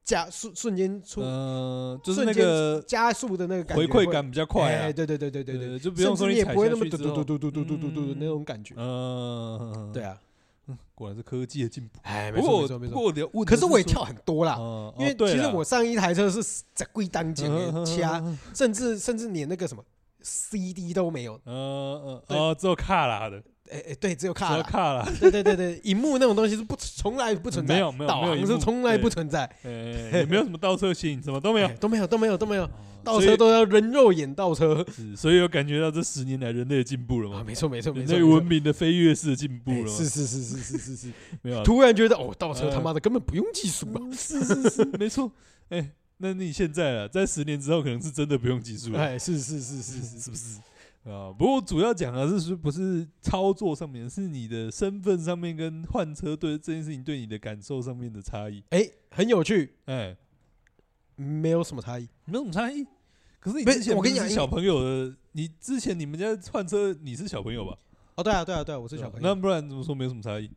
加瞬瞬间出
嗯，就是
瞬
那
间
个
加速的那个感觉
回馈感比较快
哎，
啊，
对对对对对对，，
就不
甚
用
至
说
你也
踩
不会
下
那么
去
嘟
之
嘟嘟
后，
嘟嘟嘟嘟嘟嘟那种感觉。
嗯，
对，啊，
果然是科技的进步。
哎，没
不
错没
过我
错没
不
错
过。我聊，
可是我也跳很多啦，
啊
因为其实我上一台车是在贵当间的掐，
嗯
甚至甚至连那个什么 CD 都没有，
嗯
对
哦，只有卡拉的，只
哎哎，对，只有卡
有
拉，
卡拉，
对对对对，荧幕那种东西是不从来不存在，
没有没有
导
没有荧
航
幕
是从来不存在，
哎也没有什么倒车吸引，什么都没有
哎，都没有都没有都没有，倒
所以
车都要人肉眼倒车
是，所以有感觉到这十年来人类的进步了
啊，
吗？
没错没错没
人
错，
类
没错
文明的飞跃式的进步
哎
了吗？
是是是是 是是是，
没有啊，
突然觉得哦，倒车
呃
他妈的根本不用技术啊嘛，
嗯是是是，没错。哎，那你现在啊，在十年之后可能是真的不用技术了，
哎，是是是是是
是
是
不是？啊，不过主要讲的是是不是操作上面，是你的身份上面跟换车对这件事情对你的感受上面的差异。
哎，很有趣，
哎，
没有什么差异，
没有什么差异。可是你
不是
之前
我跟你
不
讲因
是
为
小朋友的，你之前你们家换车，你是小朋友吧？
哦，对啊对啊对啊，我是小朋
那
友，
不然怎么说没有什么差异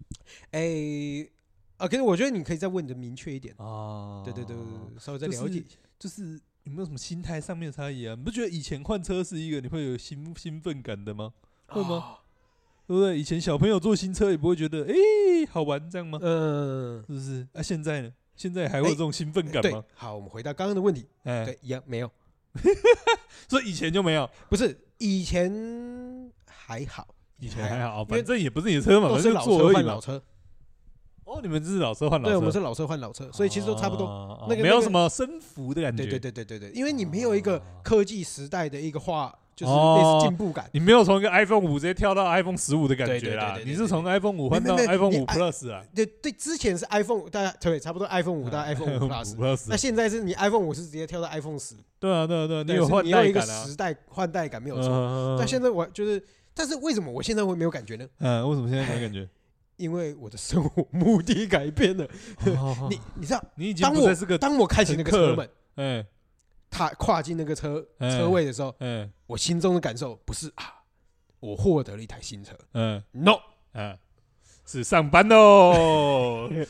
哎啊，可是我觉得你可以再问的明确一点，
啊？
对对对，对对稍微再
就是
了解一下。
就是有没有什么心态上面的差异啊？你不觉得以前换车是一个你会有兴兴奋感的吗？会吗？对不对？以前小朋友坐新车也不会觉得诶好玩这样吗？
嗯，
是不是？啊，现在呢？现在还会有这种兴奋感
对
吗？，
好，我们回到刚刚的问题，
哎、
对，一样没有，
所以以前就没有，
不是以前还好，
以前还好，
因为
反正也不是你的车嘛，
都
反
是
正就
老
坐
车
而已
换老
嘛。
车，
哦，你们这是老车换老车，
对，我们是老车换老车，所以其实都差不多。
哦哦
那个
没有
那个
什么升服的感觉。
对对，对对对对，因为你没有一个科技时代的一个话，就是
哦
类似进步感。
你没有从一个 iPhone 五直接跳到 iPhone 十五的感觉啦，
对对对对对对
你是从 iPhone 五换到
没没没
iPhone
你哎
五 Plus 啊
对对，之前是 iPhone 大家对，差不多 iPhone 五到 iPhone 五
哎五
Plus，
Plus 啊
那现在是你 iPhone 五是直接跳到 iPhone 十，
对啊，对啊，对啊，你
对
有
是
换
你有
代
一个
感啊。
时代换代感没有错。
嗯，
但现在我就是，但是为什么我现在会没有感觉呢？
嗯，为什么现在没感觉？
因为我的生活目的改变了。 你
你
你知道，
你已经
当
不再
我
是个
当我开启那个
乘客
车
了
门，
哎
踏跨进那个车
哎
车位的时候，
哎
我心中的感受不是啊，我获得了一台新车
哎
，no，
哎，是上班 喽，
对，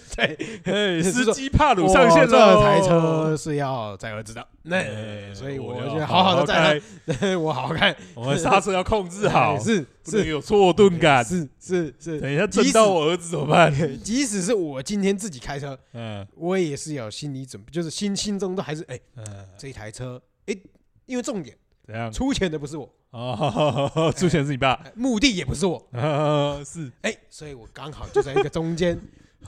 哎，
是
司
说
机帕鲁上线
我这
了，
台车是要载儿子的，那
哎，
所以我
要
觉得好
好
好的载
开，
它， 我好好看，
我们刹车要控 制好，
哎是
不能
是
有错顿感。
是是是，
等一下震到我儿子怎么办？
即使是我今天自己开车，
嗯
我也是有心理准备，就是心心中都还是哎，
嗯，
这一台车，哎，因为重点
怎样？
出钱的不是我，
哦， 出钱是你爸，
哎目的也不是我，
啊 是
哎，所以我刚好就在一个中 间。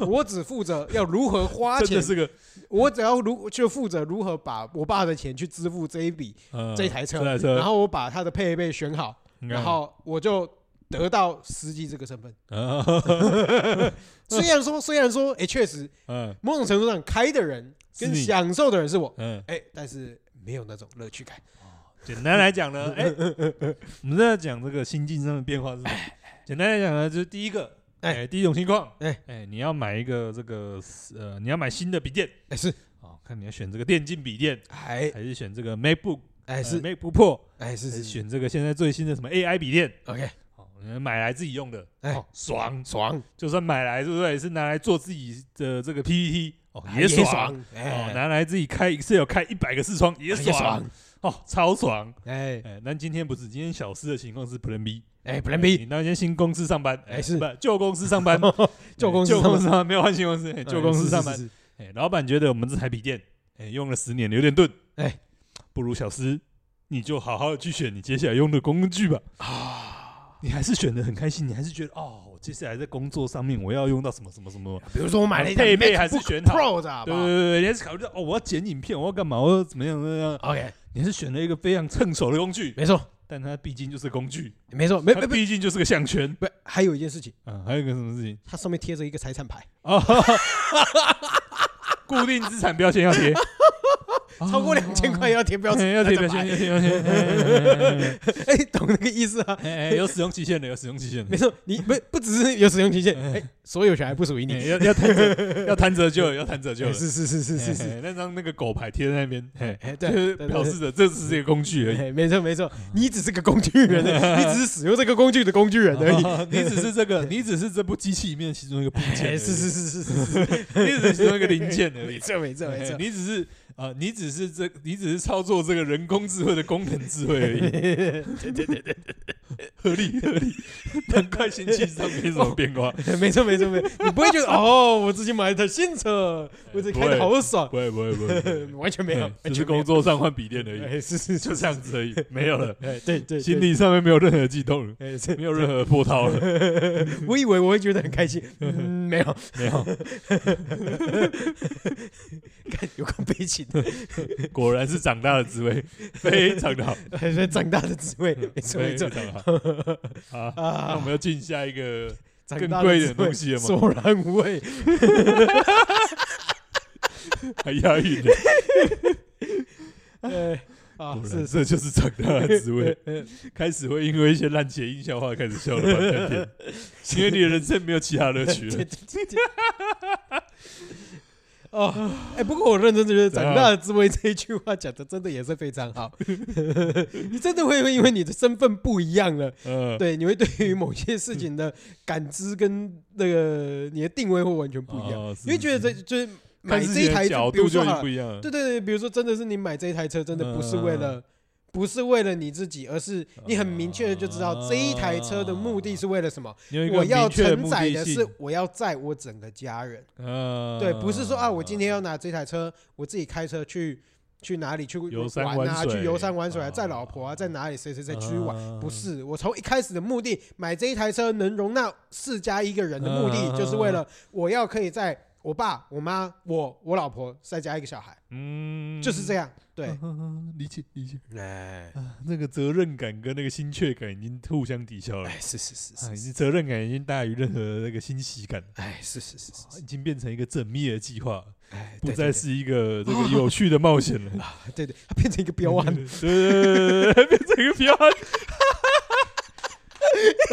我只负责要如何花
真
钱
的，是个
我只要如就负责如何把我爸的钱去支付这一笔
嗯
这台车
这台，车，
然后我把它的配备选好，
嗯
然后我就得到司机这个身份。
嗯
虽然说，虽然说，哎，确实
嗯
某种程度上开的人
是
跟
你
享受的人是我，
嗯。
哎，但是没有那种乐趣感。
简单来讲呢， 哎、我们在讲这个心境上的变化是什么？简单来讲呢，就是第一个，哎、
哎
第一种情况，哎、
哎
你要买一个这个呃，你要买新的笔电
哎，是，
哦，看你要选这个电竞笔电，
哎，
还是选这个 MacBook，
哎是
呃、，MacBook Pro，
哎是
还是
是是
选这个现在最新的什么 AI 笔电？
，OK，
哦，买来自己用的，
哎
哦，爽！
爽，
就算买来，对不对？是拿来做自己的这个 PPT，哦，
啊也
爽。
爽，
哦，
哎，啊
拿来自己开 Excel 开一百个视窗也
也
爽，，哦，超爽！
哎
哎，但今天不是，今天小四的情况是 Plan B，
哎，Plan B
你到一间新公司上班，
哎是
不旧公司上班，
旧公司
旧
上班
公司上班没有换新公司，哎旧公司上班
哎是，是是
哎，老板觉得我们这台笔电，哎，用了十年有点钝，
哎，
不如小思，你就好好的去选你接下来用的工具吧。啊，你还是选的很开心，你还是觉得哦，我接下来在工作上面我要用到什么什么什么，
比如说我买了一台
啊配备还是
MacBook
选好
Pro 的，好不
对
好
对对，对你还是考虑到哦，我要剪影片，我要干嘛，我要怎么样怎么样，
OK，
你还是选了一个非常趁手的工具，
没错，
但它毕竟就是工具，
没错，没
它
没没，
毕竟就是个项圈。
不，还有一件事情，
啊，还有一个什么事情
它上面贴着一个财产牌，
啊？固定资产标签要贴，啊
超过两千块要贴标
哎
签，
要贴标
财
签，
产
要贴标签哎。哎哎
牌，哎，懂那个意思啊？
哎哎，有使用期限的，有使用期限
没
的，
错，你不不只是有使用期限，哎，所有权还不属于
哎
你，
要要谈折，要谈折旧，要谈折旧
哎
了。
是是是是是
哎
是，
哎那张那个狗牌贴在那边，嘿，
哎，
就
对，
是
对对
表示着这只是一个工具而已。
哎没错没错，
嗯
你只是个工具人，哎 你只是使用这个工具的工具人而已。
哦你只是这个，你只是这部机器里面其中一个部件而
哎，
已，
是是是是是是，
你只是其中一个零件 而
没
已。
错没错没
哎
错。
你只是啊，你只是这，你只是操作这个人工智慧的功能智慧而 已，
对对对对，
合理合理。难怪星期上没什么变化，
没错没错没
哎
错，你不会觉得哦，我自己买了台新车，我自己开的好爽，
不会不会不会不会，
完全没有
哎，
完
只是
全没有
工作上换笔电而已，
哎，是是，
就是这样子而已， 没有了。
哎，对对，
心理上面没有任何悸动了，
对哎是
没有任何波涛 了，
我以为我会觉得很开心， 嗯，没有，
没有，
看有够悲 情的，
果然是长大的滋味，非常 的好，
哎所以长大的滋味，哎没错没
非
错
常的好。 好，
啊
嗯那我们要进下一个，
长
更
大
贵一
滋
点的
味
东西了吗
索然无味。
还押韵的，
哎啊
果，然
是
这就是长大的滋味。
呃
开始会因为一些烂谐音笑话开始笑了半天天，因为你的人生没有其他 乐趣了。
哦，哎，不过我认真觉得“长大的滋味”这一句话讲的真的也是非常好， 你真的会因为你的身份不一样了，
嗯，
对，你会对于某些事情的感知跟那个你的定位会完全不一样，
哦
你会觉得这
是
就是买
看事
这
情
一
的
台车，
角
比如
度就
说
已
好
经
了
不一样了。
对对对，比如说真的是你买这一台车，真的不是为了、
嗯
不是为了你自己，而是你很明确的就知道
嗯
这一台车的目的是为了什么。
你有一个
我要
明确的
承
目
载
的
的
性
是，我要载我整个家人。
嗯，
对，不是说啊，我今
呃
天要拿这台车，我自己开车去去哪里去
游山
玩啊，
玩水
去游山玩水啊，
嗯
载老婆啊，在哪里谁谁谁出去玩。
玩
不是，我从一开始的目的买这一台车能容纳四加一个人的目
嗯嗯嗯
的，
嗯
就是为了我要可以在我爸、我妈、我、我老婆再加一个小孩，
嗯，
就是这
样。
样。对，
理解理解
哎，
啊，那个责任感跟那个心确感已经互相抵消了，
哎，是是是
啊，
是
已
是，
经责任感已经大于任何那个欣喜感，
哎，是是是
啊
是，
已经变成一个缜密的计划，
哎，
不
对
再，是一 个这个有趣的冒险了。
对对对，它变成一个标案，
对对对对对， 变成一个标案，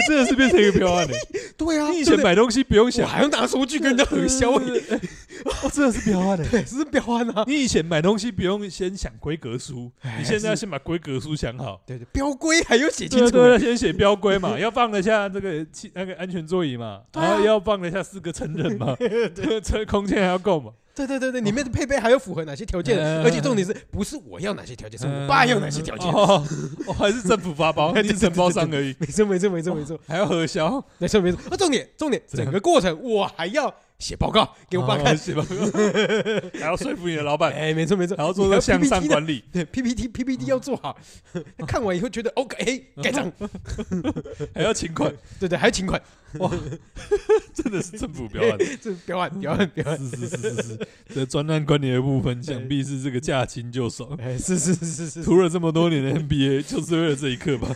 真的是变成一个标 案了。
对啊，
你以
对
前
不对
买东西不用
我
想，
还要拿收据跟人家核销，
哦，真的是标案的。
对，这是标案啊，
你以前买东西不用先想规格书，
哎
你现在要
是
先把规格书想好。
对对，标规还要写清
对啊
楚，啊
对对，先写标规 嘛，要放得下这个气那个安全座椅嘛，
对啊
然后要放得下四个成人 嘛，车空间还要够嘛。
对对对对，里面的配备还要符合哪些条件？
嗯
而且重点是不是我要哪些条件，是我爸要哪些条件？
哦， 哦还是政府发 包，
对
你
对
是承包商而已，
没错没错没错没错
还要核销，
没错没错。啊那重点重点，
怎样
整个过程我还要写报告给我爸看
哦，写报告， 还要说服你的老板，
哎，没错没错，
还要做到向上
管。
管理。
对 PPT PPT 要做好，看完以后觉得 OK 哎盖 章，
还要勤快，
对对，还有请款，
真的是政府标案，
这表案表案表案，
是是是是是。这专案管理的部分，想必是这个驾轻就熟，
哎，是是是是是，
读了这么多年的 NBA，就是为了这一刻吧。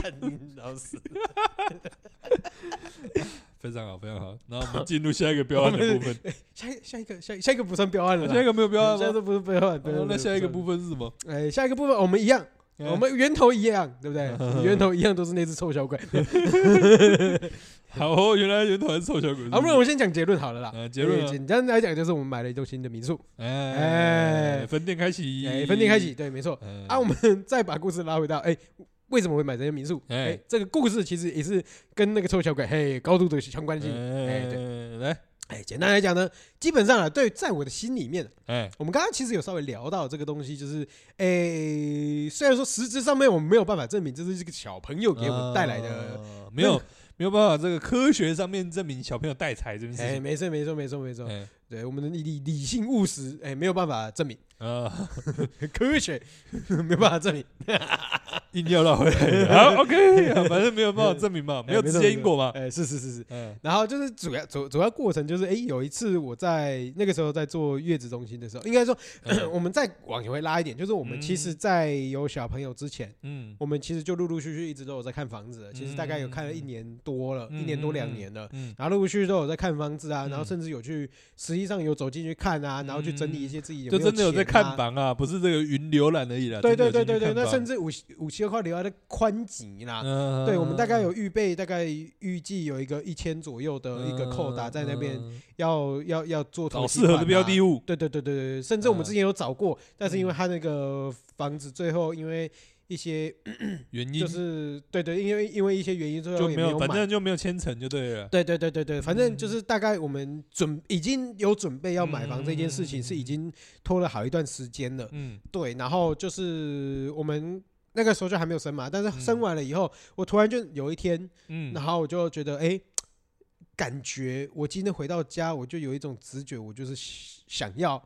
看老师，
非常好，非常好。然后我们进入下一个标案的部 分，
下一下一个下一下一个不算标案了啦，
下一个没有标案
现在
吗？
都不是标案，哎
哦那下一个部
分，
分是哎什么？
哎，下一个部分我们一样，我们源头一样，对不
嗯
对？我们源头一样都是那只臭小鬼。
好哦，原来源头还是臭小鬼。
好，啊不然我们先讲结论好了啦。
呃结论啊
对简单来讲就是我们买了一栋新的民宿，
哎
哎
分店开启
哎，，分店开启，对，没错。
哎
啊，我们再把故事拉回到，哎，为什么会买这些民宿？
哎
哎，这个故事其实也是跟那个臭小鬼嘿高度的相关性。哎，对，
哎，来，
哎，简单来讲呢，基本上啊，对，在我的心里面，
哎，
我们刚刚其实有稍微聊到这个东西，就是，诶、虽然说实质上面我们没有办法证明这是这个小朋友给我们带来的，
呃没有没有办法，这个科学上面证明小朋友带财这件事
哎、
情，
没错，没错，没错，没错，
哎，
对，我们的理理性务实，哎、没有办法证明，
啊，
科学 没有办法证明，
硬要绕回 来，好，OK，啊 反正没有办法证明嘛，没有
哎
直接因果嘛，
哎、是是是是。
嗯，
然后就是主要主主要过程就是，哎、有一次我在那个时候在做月子中心的时候，应该说、
嗯
我们再往前回拉一点，就是我们其实，在有小朋友之前，
嗯，
我们其实就陆陆续续一直都有在看房子了，其实大概有看了一年多了，
嗯
一年多两年了。
嗯，
然后陆陆续续都有在看房子啊，
嗯
然后甚至有去实际上有走进去看啊，然后去整理一些自己有
就
没有
真的有在
钱啊
看。房啊，不是这个云浏览而已啦，
对
真
对
的
对对
有进去
对，
看
那
房
甚至五五七块留的宽几啦。
嗯
对，我们大概有预备，大概预计有一个一千左右的一个扣打在那边，
嗯
要要要做投
找
期
适合
款
的标
啊
的物，
对对对对对，甚至我们
嗯
之前有找过，但是因为
嗯
他那个房子最后因为一些
原因
就是对对，因为因为一些原因，最
就
后也
没
没
有，反
买。
正就没有签成就对了。
对对对对对，反正
嗯
就是大概我们准已经有准备要买房这件事情，是已经拖了好一段时间了。
嗯，
对，然后就是我们那个时候就还没有生嘛，但是
嗯
生完了以后，我突然就有一天，
嗯
然后我就觉得，哎，感觉我今天回到家，我就有一种直觉，我就是想要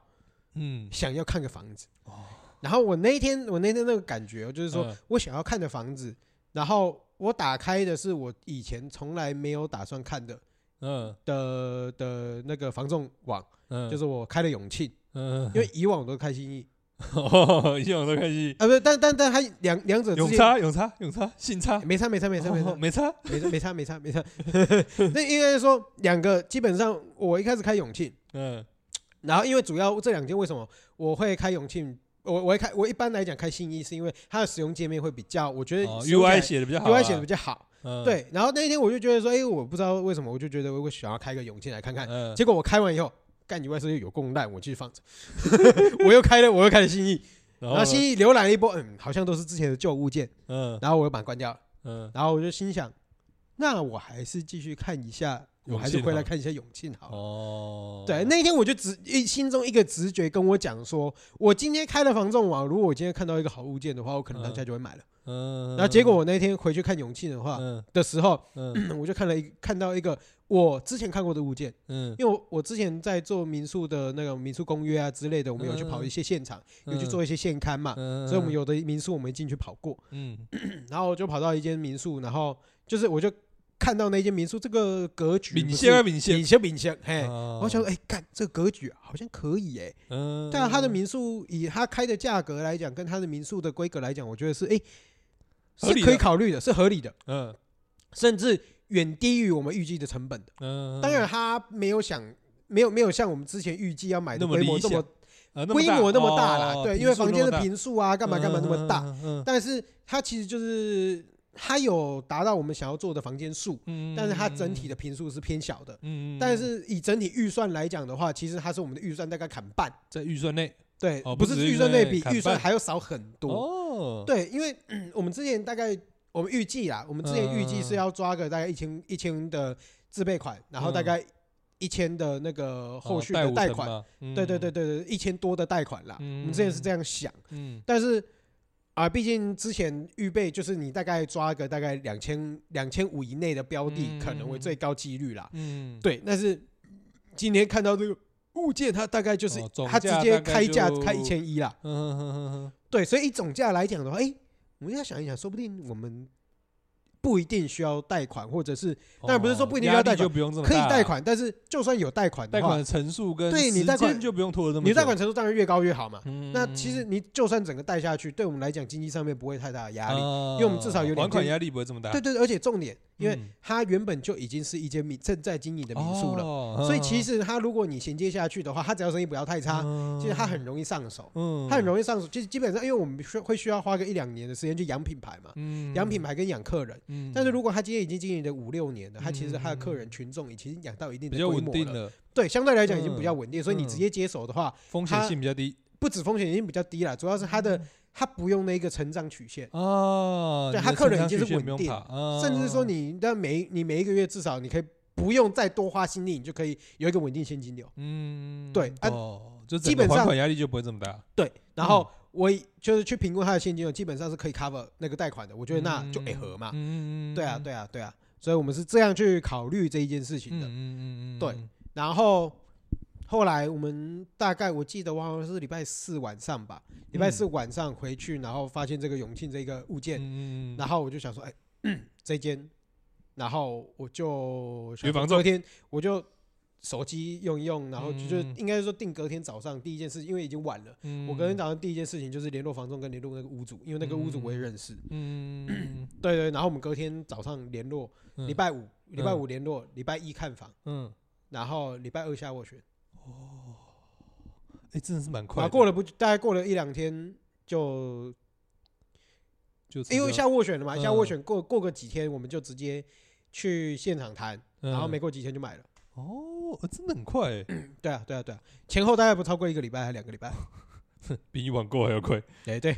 嗯，
想要看个房子。
哦
然后我那一天，我那天那个感觉哦，就是说
嗯
我想要看的房子，然后我打开的是我以前从来没有打算看的
嗯
的的那个房仲网，
嗯，
就是我开了永庆，
嗯，
因为以往我都开新意
哦，以往都开 心，
啊，不是，但但但它两两者之
永
间
差永差永差信差，
没差没差没差没差
哦没差，
没差没差没差没差， 那应该是说两个基本上我一开始开永庆，
嗯
然后因为主要这两间为什么我会开永庆？我我会开我一般来讲开新意是因为它的使用界面会比较，我觉得
哦
使用起来
，UI 写的比较好啊
UI 写的比较好，
嗯
对，然后那一天我就觉得说，哎、我不知道为什么，我就觉得我想要开个永庆来看看。
嗯
结果我开完以后，干你外是有共烂，我继续放着。 我又开了，我又开了新意，然
然
后
呢
新意浏览了一波，嗯，好像都是之前的旧物件，
嗯
然后我又把它关掉了。
嗯
然后我就心想，那我还是继续看一下，我还是
永庆
回来
好
看一下永庆好了。
哦，
对，那一天我就直一心中一个直觉跟我讲说，我今天开了房仲网，如果我今天看到一个好物件的话，我可能当下就会买了。
嗯，
然后结果我那天回去看永庆的话
嗯
的时候，
嗯
我就看了一看到一个我之前看过的物件，
嗯，
因为我我之前在做民宿的那个民宿公约啊之类的，我们有去跑一些现场，有去做一些现刊嘛，
嗯，
所以我们有的民宿我们进去跑过，
嗯
然后我就跑到一间民宿，然后就是我就看到那间民宿这个格局
敏
不是
线啊敏线
闽，香闽香，嘿。
哦
我想说，哎、干这个格局好像可以哎、
嗯，
但它的民宿以它开的价格来讲，跟它的民宿的规格来讲，我觉得是哎、
合理
是
的
可以考虑的，是合理的，
嗯
甚至远低于我们预计的成本的。
嗯，
当然，他没有想，没有没有像我们之前预计要买的规模这么
呃
规模那么大
哦
啦，对，
平
因为
数
房
那
间
么
的
大
平数啊，干嘛干嘛那么大，
嗯，嗯
但是它其实就是它有达到我们想要做的房间数，
嗯
但是它整体的平数是偏小的。
嗯，嗯
但是以整体预算来讲的话，其实它是我们的预算大概砍半，
在预算内
对
哦，
不
不
是
止
预算内比
预算内
预算
砍半
还要少很多。
哦，
对，因为嗯我们之前大概我们预计啦，我们之前预
嗯
计是要抓个大概一千一千的自备款，然后大概一千的那个
嗯哦，
后续的
五
贷
成
款，
嘛，嗯
对对对，对对，一千多的贷款啦，
嗯
我们之前是这样想，
嗯
但是啊，毕竟之前预备就是你大概抓个大概两千两千五以内的标的，
嗯
可能为最高几率啦。
嗯，
对，但是今天看到这个物件，它大概就是
哦总
它直
价
接
大概
开价
就
开一千一啦。
嗯嗯嗯嗯嗯
对，所以以总价来讲的话，哎，我们要想一想，说不定我们不一定需要贷款，或者是当然不是说不一定
哦
要贷
压力就
款
不用这么
可以
大啊
贷，款，但是就算有贷款的
贷款
话
的，层数跟
对你
时
贷款
间就不用拖了这么久，
你的贷款程度当然越高越好嘛。
嗯，嗯
那其实你就算整个贷下去，对我们来讲经济上面不会太大的压力。
因
因为我们至少有两
还款
间
压力不会这么大，
对对，对而且重点，因为
嗯
它原本就已经是一间民正在经营的民宿了，
了
所以其实它如果你衔接下去的话，它只要生意不要太差，其实它很，容易上手，
嗯
它很容易上手。其实基本上，因为我们需会需要花个一两年的时间去养品牌嘛，
易
养品，牌跟养客人。
嗯
但是如果他今天已经经营了五六年了，他其实他的
嗯
客人群众已经养到一定
比
的
较
规
稳
模
定
了，
了，
对，相对来讲已经比较
嗯
稳定，所以你直
嗯
接接手的话，
风险
它
性比较低，嗯
不止风险已经比较低了，主要是它的它不用那个成长曲线，
哦，
对
你
他
的
客人
成
已
长
经是
曲线
稳
不用
定
怕哦
甚至是说你的每你每一个月至少你可以不用再多花心力，你就可以有一个稳定现金流。
嗯，
对啊
哦，就
基
整个
本
还
上
款压力就不会这么大。
对，然后
嗯
我就是去评估他的现金流，基本上是可以 cover 那个贷款的，我觉得那就 A 合嘛。
嗯
对啊，对啊，对啊，所以我们是这样去考虑这一件事情
嗯
的。
嗯嗯嗯，
对然后后来我们大概我记得我好像是礼拜四晚上吧，礼拜四
嗯
晚上回去，然后发现这个永庆这个物件，
嗯，嗯嗯嗯
然后我就想说，哎，这间，然后我就想说
约房
昨
仲
天我就手机用一用，然后就就
嗯
应该说定隔天早上第一件事，因为已经晚了。
嗯
我隔天早上第一件事情就是联络房仲跟联络那个屋主，因为那个屋主我也认识。
嗯嗯
对对，然后我们隔天早上联络，
嗯
礼拜五礼拜五联络，礼拜一看房，
嗯，哦
然后礼拜二下斡旋。
哎，真的是蛮快
然
的，
后过了不大概过了一两天就
就
因为下斡旋了嘛，
嗯
下斡旋过过个几天我们就直接去现场谈，
嗯
然后没过几天就买了。
哦，呃真的很快欸，
对啊对啊对啊，前后大概不超过一个礼拜还两个礼拜。
比你网购还要快，
对对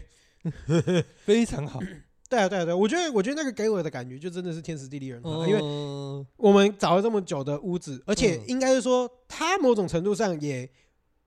非常好。
对啊对啊对啊，我觉得我觉得那个给我的感觉就真的是天时地利人和，因为
为
我们找了这么久的屋子，而且
嗯
应该是说，它某种程度上也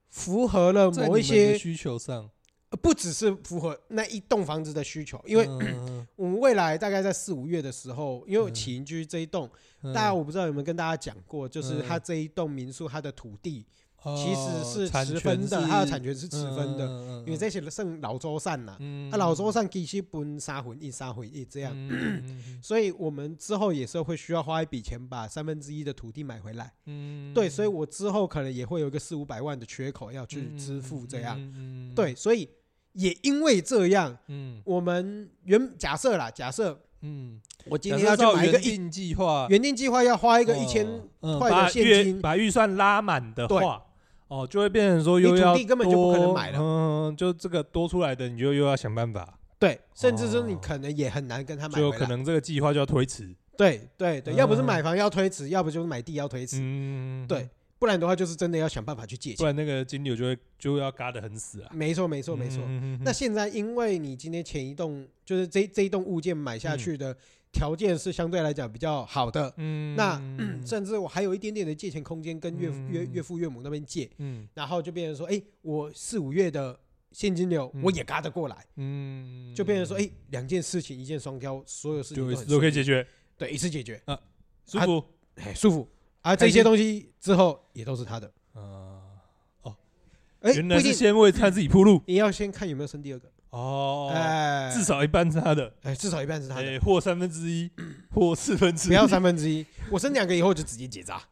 符合了
在
某一
你们的
些，
需求上，
呃不只是符合那一栋房子的需求，因为
嗯
我们未来大概在四五月的时候，因为
嗯
起云居这一栋，
嗯
大家我不知道有没有跟大家讲过，就是
嗯
它这一栋民宿它的土地
哦
其实是
产
持分的，
权
它的
是嗯
产权是持分的，
的
因为这些剩老周散呐，
嗯
啊老周散其实分三混一三混一这样，
嗯
所以我们之后也是会需要花一笔钱把三分之一的土地买回来。
嗯
对，所以我之后可能也会有一个四五百万的缺口要去支付，这样。，
嗯，
对，所以也因为这样，
嗯
我们原假设啦，假设
嗯，
我今
假
天
设
要去
照
买一
原
个一
定啊哦计划，
原定计划要花一
一
个一千，块的
把
现
预
金
把预算拉满的
对
话，哦，就会变成说
你
又
土
要
地根本就不可能
多
买了
嗯，就这个多出来的，你就又要想办法，
对，甚至是你
哦
可能也很难跟他买
就有
回
可
来。
能这个计划就要推迟，
对对对，要不是
嗯
买房要推迟，要不就是买地要推迟，
嗯，
对，不然的话就是真的要想办法去借
不
钱。
然那个金流就会就要嘎得很死啊，
没错没错没错。
嗯
那现在因为你今天前一栋就是这这一栋物件买下去的条件是相对来讲比较好的，
嗯
那甚至我还有一点点的借钱空间跟岳父
嗯
岳岳父岳母那边借，
嗯
然后就变成说，哎，我四五月的现金流
嗯
我也嘎得过来，
嗯，
就变成说，哎，两件事情一箭双雕，所有事情
就
都
一
很
次都可以解决，
对一次解决，
舒
啊
服。
哎，舒服啊，
开
这
心
些东西之后也都是他的，
嗯，
哎，
原
不
来
一
是
定，
先为他自己铺路
你要先看有没有生第二个，
哦，
哎，
至少一半是他的，
哎至少一半是他的，
哎，或三分之一，或四分之一。
不要三分之一，我生两个以后我就直接结扎。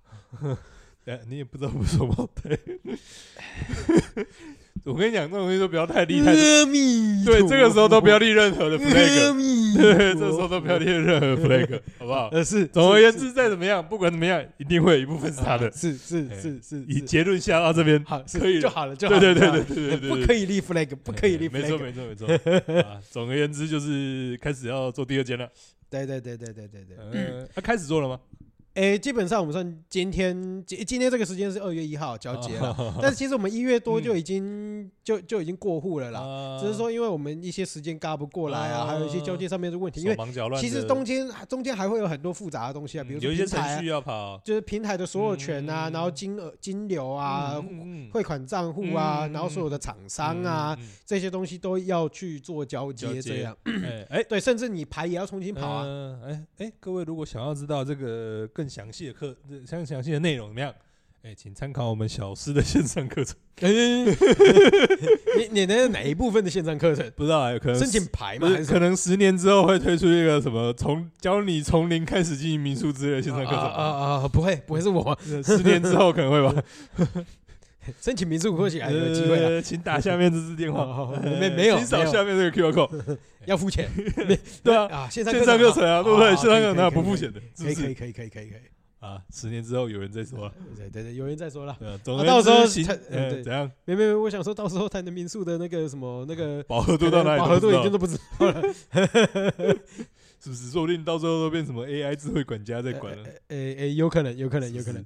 哎，你也不知道为什么对。我跟你讲，这种东西都不要太立太，
阿弥陀
对，
佛
这个时候都不要立任何的
阿
flag，
弥陀佛
对，这时候都不要立任何 flag，好不好？
呃是，
总而言
是，
之，再怎么样，不管怎么样，一定会有一部分是他的。
是是
哎
是是，
以
是
结论下到这边，
好是
可以了
就好了，就好
对
了就
对对
好
对
了
对对对，
不
对
可以立 flag，不可以立
哎没错
flag，
没错没错。 啊总而言之，就是开始要做第二间了。
对对对对对对对。
嗯，他开始做了吗？
哎，基本上我们算今天今今天这个时间是二月一号交接了，
了
但是其实我们一月多
哦嗯哦
就已经就就已经过户了啦，
啦
只是说因为我们一些时间嘎不过来啊，还有一些交接上面的问题，因为
手忙脚乱的。
其实中间中间还会有很多复杂的东西啊，比如
嗯
说
有一些
平台
程
啊
序，要跑
就是平台的所有权啊，
嗯
然后金额金流啊，
嗯嗯嗯
汇款账户啊，
嗯
然后所有的厂商啊、
嗯嗯
这些东西都要去做交
交
接，
接
这样
嗯哎哎，
对，甚至你牌也要重新跑啊。
嗯，哎哎，各位如果想要知道这个更详细的课、更详细的内容怎么样？哎，请参考我们小师的线上课程。嗯
你你的哪一部分的线上课程？
不知道哎，可能
申请牌
不
吗？还
是，
是
可能十年之后会推出一个什么从教你从零开始经营民宿之类的线上课
啊啊
程。
啊啊！不会不会是我
十年之后可能会吧。
申请民宿或许还 有机会啊，
呃请打下面这支电话。
哦
呃
没没有
请扫
没有
下面这个 QR code。
要付钱
对啊，
啊！线上
线上课程啊，对不对？
哦
线上课程哪有
可以可
不
以
付钱的？是
可
不
以可以
是？
可以可以可以可以。
啊，十年之后有人再说了。
对对对，有人在说了，
对啊，总
啊
而
到
言
时候
之行
才嗯
呃
对
怎样
没没没，我想说到时候谈的民宿的那个什么那个
饱和度到哪里
饱
都不
和
知道？
度已经都不知 道了。
是不是？说不定到时候都变什么 AI 智慧管家在管了，
呃诶诶，有可能，有可能，有可能。
是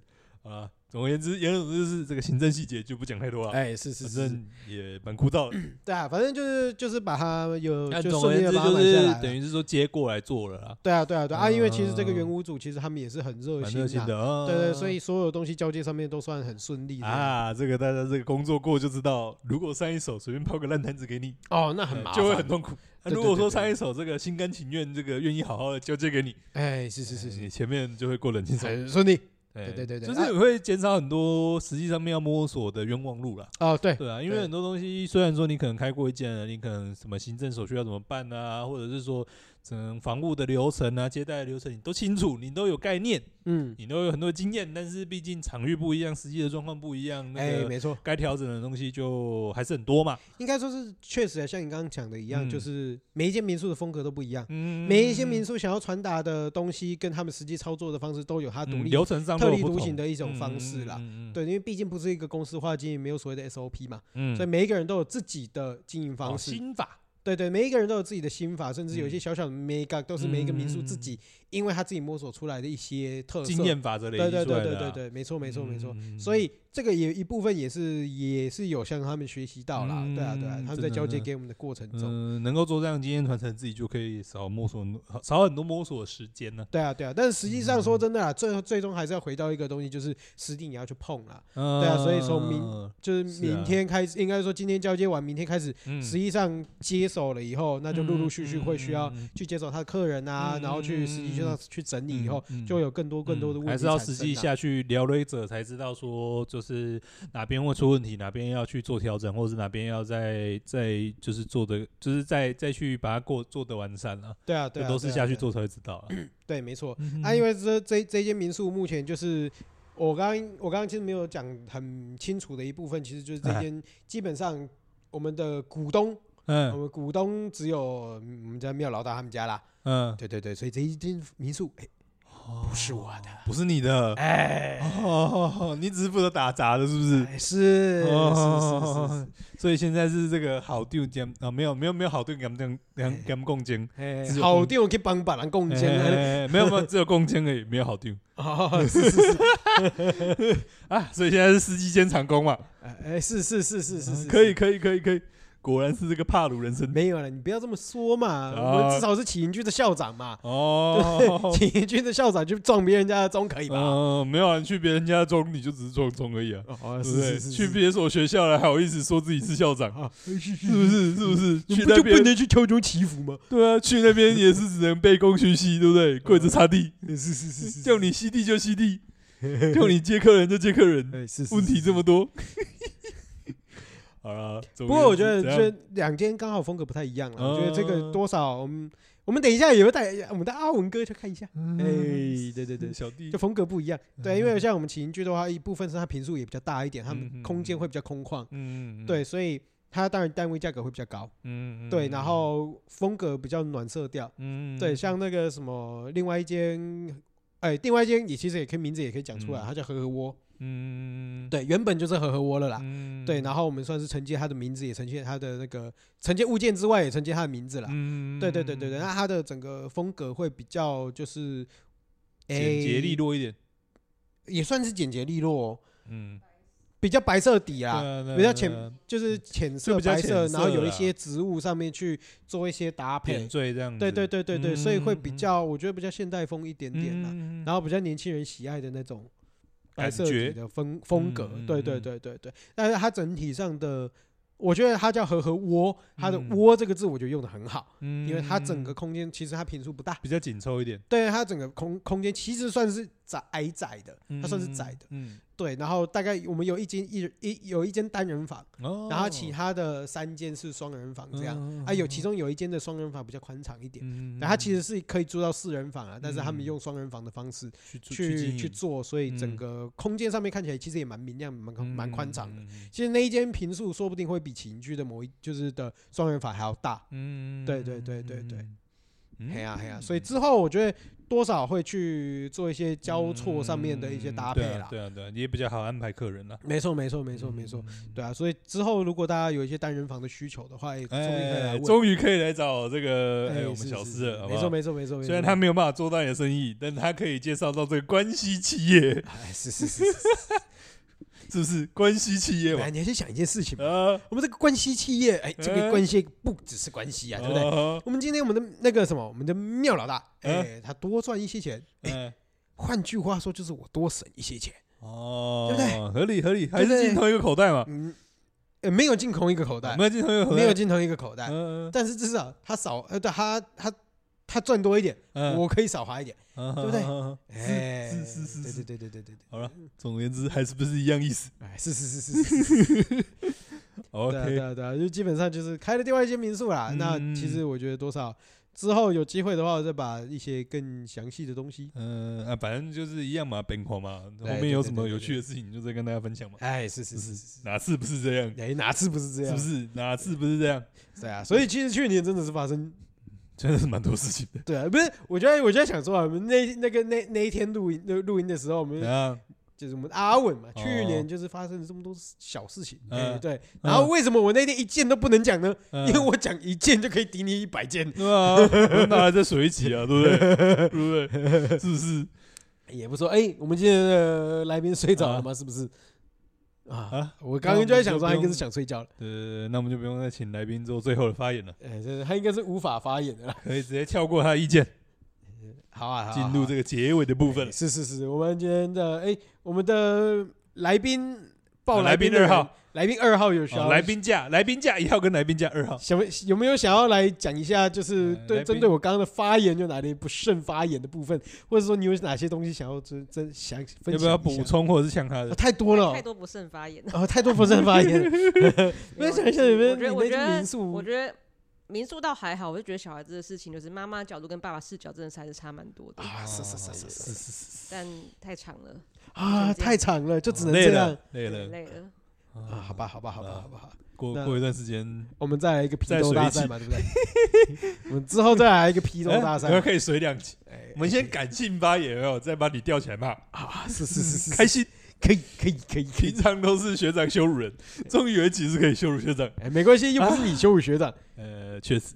不是啊。总而言之，言论就是这个行政细节就不讲太多了，
哎，是是
反
是，
正也蛮枯燥的。
对啊，反正就是就是把它有
但
就
总
顺
而
利的
言之，
把它
就
买下
是
来
等
了。
于是说接过来做了啦，
对啊，对啊，对啊，因为其实这个
嗯
原屋主其实他们也是很热
蛮
心
热心
啊
的。啊
对对，所以所有东西交接上面都算很顺利的。
啊，这个大家这个工作过就知道，如果上一手随便抛个烂摊子给你，
哦，那很麻
就会很
烦。
痛苦。那
对对
如果
对
说
对
上一手这个心甘情愿，这个愿意好好的交接给你，
哎，是是是
你
是，
前面就会过得很轻松。
很 顺利。
对
对对对啊
就是会减少很多实际上面要摸索的冤枉路啦。
哦， 对，
对啊，因为
对
很多东西虽然说你可能开过一间了，你可能什么行政手续要怎么办啊，或者是说整房务的流程啊、接待的流程，你都清楚，你都有概念，
嗯，
你都有很多经验，但是毕竟场域不一样，实际的状况不一样，
哎，
那个
没错，
该调整的东西就还是很多嘛。
应该说是确实啊像你刚刚讲的一样，
嗯
就是每一间民宿的风格都不一样，
嗯，
每一些民宿想要传达的东西跟他们实际操作的方式都有它
它
独立、
流程上
特
都有
立
不
独
同
行的一种方式啦。，
嗯，
对，因为毕竟不是一个公司化经营，没有所谓的 SOP 嘛，
嗯哦
所以每一个人都有自己的经营方式。
心法
对对，每一个人都有自己的心法，甚至有一些
嗯
小小的 mega 都是每一个民宿自
嗯
己，因为他自己摸索出来的一些特色。
经验法则累
对
积
对
出
对
来
对
的
对
啊，
对，没错没错没错。
嗯
所以这个也一部分也是也是有向他们学习到啦，对啊对啊，
嗯
他们
真
在
的
交接
真的
给我们的过程中，
嗯，能够做这样的经验传承，自己就可以少摸索少很多摸索的时间呢、
对啊对啊。但实际
嗯
上说真的啦，最最终还是要回到一个东西，就是实地你要去碰啦。对啊所以从民就是
是啊
明天开始，应该说今天交接完，明天开始，
嗯
实际上接手了以后，那就陆陆续续会需要去接手他的客人啊，
嗯
然后去实际上去整理以后，就
有
有更多更多的问题
嗯
产
还是
生啊。
要实际下去了解者才知道说，就是哪边会出问题，哪边要去做调整，或者是哪边要再再就是做的，就是再再去把它过做的完善了、
对啊，对
这
啊，
都是
对啊
下去，
对啊
做才会知道了。
对，没错。
嗯
啊，因为这这这间民宿目前就是我刚我刚刚其实没有讲很清楚的一部分，其实就是
哎
这间基本上我们的股东，我
嗯
们股东只有嗯我们家妙老大他们家啦。
嗯，
对对对，所以这一间民宿哎不是我的，
不是你的，
哎
哦，你只是负责打杂的，是不是？
哎是是是是
哦，所以现在是这个好丢兼啊，没有没有没有好丢兼两两兼共兼，
哎
只，有
好定我去帮把人共
哎
建啊
哎哎没有没有只有共兼而已，没有好丢
哦，是是是，
啊， 所以现在是司机兼长工嘛，
哎哎是是是是是是，
可以，可以可以可以，果然是这个帕鲁人 生
没有了，你不要这么说嘛，
啊
我们至少是起营区的校长嘛，，
哦
起营区的校长去撞别人家的钟可以吧？
嗯，没有啊，你去别人家中你就只是撞钟而已啊，
哦，
对
是
不对？
是是，
去
是
别所学校了还好意思说自己是校长，
啊，是是
是不
是，
是？是不是？
你
去
不
那
就不
边
能去敲钟祈福 吗？
对啊，去那边也是只能卑躬屈膝，对不 对？跪着擦地。
是是是是是，
叫你吸地就吸地，叫你接客人就接客人，
哎是是
问题这么 多。 好了，不
不过我觉得这两间刚好风格不太一样了，我觉得这个
嗯
多少我们我们等一下也会带我们的阿文哥去看一下，
嗯
哎，对对对，
小弟
就风格不一样。
嗯
对，因为像我们起营居的话，一部分是它平数也比较大一点，他
嗯
们
嗯
空间
嗯
会比较空旷，
嗯
对，，所以它当然单位价格会比较高，
嗯
对，然后风格比较暖色调，
嗯
对，像那个什么另外一间。哎，另外一间也其实也可以名字也可以讲出来，
嗯
它叫和和窝。
嗯
对，原本就是和和窝了啦。
嗯
对，然后我们算是承接它的名字，也承接它的那个承接物件之外，也承接它的名字啦。
嗯
对对对对对，那它的整个风格会比较就是，哎
简洁利，落一点，
也算是简洁利落、哦，
嗯，
比较白色底啦，比较浅就是浅色
啊比较
白色，
浅
然后
色
有一
啦
些植物上面去做一些搭
点
配。
缀这样子，
对对对对对，所以会比
嗯
较，我觉得比较现代风一点点啦，
嗯
然后比较年轻人喜爱的那种白
感
色底
觉
的风风格
嗯。嗯
对对
嗯
对对对，但是它整体上的。我觉得它叫“和和窝”，它的“
嗯
窝”这个字我觉得用的很好，
嗯
因为它整个空间其实它平数不大，
比较紧凑一点，
对它整个空空间其实算是窄矮窄的，它算是窄的。
嗯，
对，然后大概我们有一间一人一有一间单人房，
嗯，
然后其他的三间是双人房这样。
样
啊，有其中有一间的双人房比较宽敞一点，
嗯，
然后它其实是可以住到四人房啊，但是他们用双人房的方式
去做
去
经
去
营
做，所以整
嗯
个空间上面看起来其实也蛮明亮、蛮宽蛮宽敞的。
的。
其实那一间平数说不定会比起邻居的某一就是的双人房还要大。
嗯
对对对对对
嗯嗯
嘿呀嘿呀，所以之后我觉得多少会去做一些交错上面的一些
嗯
搭配
对啊
啦。
对啊对啊，也比较好安排客人啦。
没错没错没错没错，
嗯，
对啊，所以之后如果大家有一些单人房的需求的话，啊也终于可以来
哎，
问。
终于可以来找这个
哎
哎我们
是
小
是
四
是
了，好不
没
好
错没错没错没错。
虽然他没有办法做到你的生意，但他可以介绍到这个关系企业，
哎是是 是是是，
是不是？关系企业嘛
哎，，你要先想一件事情嘛，
啊，
我们这个关系企业，哎，这
哎
个关系不只是关系啊，对不对？
哦？
我们今天我们的那个什么，我们的妙老大，哎
嗯，
他多赚一些钱，
嗯，
换句话说就是我多省一些钱。
哦，
对不对？
合理合理，还
对不
是
对
进同一个口袋嘛？
嗯，呃，没有进同一个口袋
没，有进同一个口袋，
没有进同一个口袋，
嗯，嗯
但是至少他少，呃，对他他他赚多一点，
嗯，
我可以少花一点，
嗯
对不对？
嗯
哎，
是是是是
对对对对对对，
好了，总而言之还是不是一样意思
哎，是是是是是是，对啊对
？OK，
啊对啊，就基本上就是开了另外一间民宿啦。那
嗯
其实我觉得多少之后有机会的话，我再把一些更详细的东西，
嗯啊，反正就是一样嘛，本狂嘛，后
对
面有什
对
么
对对
有趣的事情就再跟大家分享嘛。
哎，是是
就是
是
是哪次不是这样？
哎，哪次不是这
是
样？
不是哪次不是这样？
对啊，所以其实去年真的是发生
真的是蛮多事情 的。
对啊，不是，我就在我就在想说啊，我们那那个那那一天录音录录音的时候，我们、
啊，
就是我们阿稳嘛，
哦
去年就是发生了这么多小事情，
嗯
哎对。然后为什么我那天一件都不能讲呢？
嗯
因为我讲一件就可以抵你一百件，
对啊，我哪来这水起啊？对不对？ 对不对？是不是
也不错。哎，我们今天的来宾睡着了吗？是不是？嗯啊，
啊？
我刚刚就在想说，
那
他
我
应
们就不用
该是想睡觉了，
呃，那我们就不用再请来宾做最后的发言了，
哎，这他应该是无法发言的了。
可以直接跳过他的意见，
好啊，好啊
进入这个结尾的部分
哎。是是是，我们今天的哎，我们的来宾报
啊来宾
的人
二号，
来宾二号有需
好，
要
来宾价，来宾价一号跟来宾价二号。
想有没有想要来讲一下，就是
呃来
对
宾
针对我刚刚的发言有哪里不慎发言的部分，或者说你有哪些东西想要真真想分享
要
一
不
下
要补？充或者是呛他
啊
的？
太多了
哎太
哦，
多不慎发言了。
哦，太多不慎发 言了。不
没
要
有
想一下
就是
有没有
我觉
你那
得我觉
间
得
民宿
我觉得民宿倒还好，我就觉得小孩子的事情，就是妈妈角度跟爸爸视角真的是还是差蛮多的，
啊，是是是是
是
是
是是，
但太长了，
啊，
这样
太长 了，就只能
累
这样
了，累
有点
了
累了。
啊。好吧，好吧，好吧，
啊
好吧，好吧
过
那
过一段时间，
我们再来一个批
再
斗
水
大
一
赛
季
嘛，对不对？ 我们之后再来一个批斗大 赛
哎
嘛。
可以水两集。
哎
我们先感性发言，有没有再把你吊起来骂，
啊，是是是是，
开心。
可以可以可以可以
平，常都是学长羞辱人，终于有一集是可以羞辱学长。
哎，没关系，又不是你羞辱学长。
呃，确实，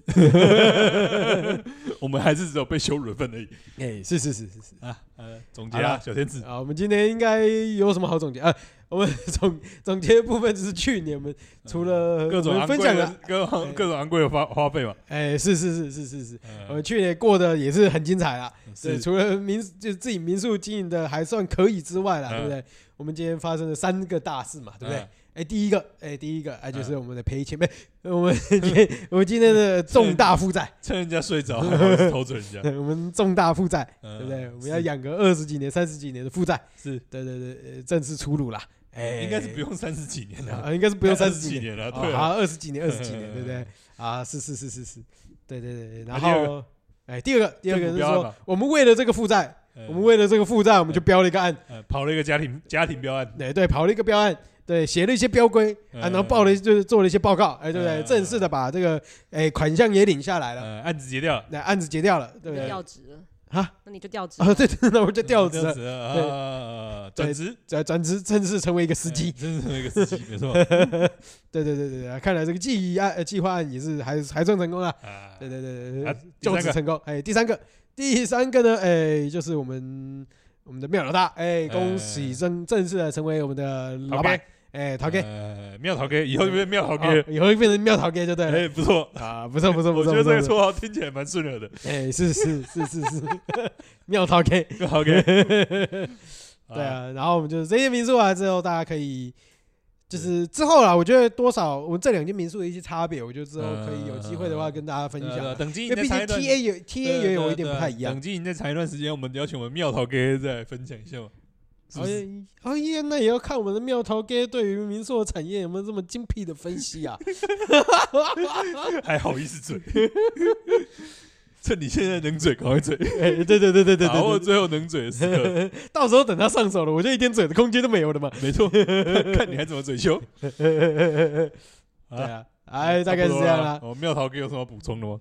我们还是只有被羞辱的份而已
哎，是是是是是。
啊。呃，总结
好
啊，
啦
小天子，
啊，我们今天应该有什么好总结啊？ 我们总 总结的部分就是去年我们除了
各种
我
昂
们
贵
分享
的
了，
各
哎
种各种昂 贵的花花费嘛，
哎，是是是是是是，我
啊呃
们去年过得也是很精彩啊啦。对，
是
除了民就是自己民宿经营的还算可以之外啦，
嗯
对不对？我们今天发生了三个大事嘛，对不对？
嗯
哎，第一个，哎，第一个，哎，就是我们的赔钱，呗，我们今 天我们今天的重大负债，
趁人家睡 着还好意思偷走人家，
我们重大负债，
对
对不对？我们要养个二十几年、三十几年的负债，
是
对对对，呃正式出炉啦。哎，
应该是不用三十几年 了，
啊，应该是不用三十
几
几年，
年了，
啊，
对
好
啊，嗯
像二十几年，二十几年，对不对？啊，是是是是是，对对对。对然
啊第二
后，哎，第二个，第二个
政
是
府标案
说
嘛，
我们为了这个负债，
呃
我们为了这个负债，我们就标了一个案，
呃跑了一个家庭家庭标案，
对对，跑了一个标案。对，写了一些标规啊，然后报了一就是做了一些报告，哎，对不对？
嗯
正式的把这个哎款项也领下来了，
呃，案子结掉了，
那案子结掉了，对
那
不
就
对？
调职了
啊，
那你就调职
啊，对对，那我就调职
掉
了，
职了啊，转职
转转职正式成为一个司机
哎。真是那个司机，没 错
对对对对对，看来这个计案呃计划案也是还还算成功了。
啊，
对对对对
啊
对
第，
就
三
职
个
成功。哎，第三个，第三个呢，哎，就是我们我们的妙老大，哎，恭喜
呃
正正式的成为我们的老
陶
板
K，，
哎，陶 K，
呃，妙陶 K，以后就变妙陶 K
啊
了。
以后会变成妙陶 K 就对了。
哎，不错，
啊，不错不错不
我觉
错，
得
不错
这个
不错，
绰号听起来蛮顺耳的。
哎，是是是是是， 妙陶 K，
妙陶
네.
K， 아.
对，啊，然后我们就是这些民宿啊，之后大家可以。就是之后啦，我觉得多少我们这两间民宿的一些差别，我觉得之后可以有机会的话
嗯
跟大家分
对啊
享
对啊
啊。
等经
因
营
为
再
毕竟
长一段
T A 有 T
네,
A 也有一点不太一样
等。经营再长一段时间，我们邀请我们妙陶 K 再分享一下嘛，是
好
不是？
像好像哎那也要看我们的妙头哥对于民宿产业有没有这么精辟的分析 啊！
还好意思嘴，趁你现在能嘴，赶快嘴，
哎，对对对对对
把握
对
最后能嘴的时刻。
对，到时候等他上手了，我就一点嘴的空间都没有了嘛。
没错，看你还怎么嘴羞。
对啊，哎，大概是这样
啦
啦。。
어,哦，妙桃哥有什么补充的吗？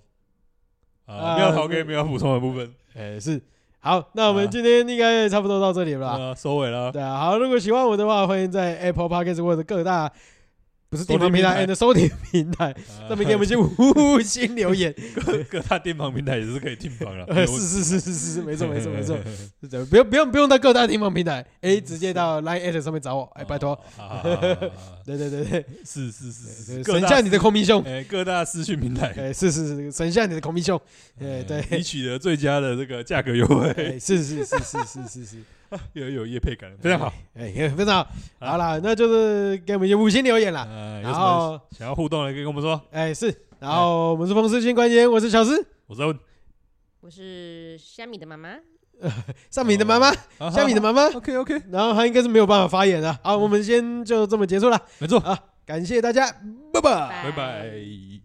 啊，
啊
没有豪哥没有补充的部分，
哎，是好，那我
啊
们今天应该也差不多到这里了吧？
啊，收尾了。
对啊，好，如果喜欢我的话，欢迎在 Apple Podcast 或者各大不是地方平台
收听平
and 收听平台
台 아,
上面给我们一些五星留 言。
各各大电房平台也是可以听房了，
呃，是是是是是，没错没错没 错，是的，不用不用不用到各大地方平台，哎，直接到 Line at 上面找我，哎，拜托，
好，好好好好好
对对对对对，
是是是是，各
省
大
下你的空明 兄，
哎各大私讯平台，
哎，是是是，省下你的空明兄，哎，对，
你取得最佳的这个价格优惠，
哎，是是是是是是是，
有有业配感，非常好。
哎，非常好，好啦，那就是给我们一些五星留言啦，
啊呃，有
然
什么
后
想要互动的，可以跟我们说。
哎是，然后我们是风湿性关节炎，我是小诗，
我在问
我是虾米的妈妈，
上面的妈
哦
妈，下面的妈妈，
，OK OK，
然后他应该是没有办法发言啊了，好，我们先就这么结束了，
没错，
啊，感谢大家，拜拜。
拜拜。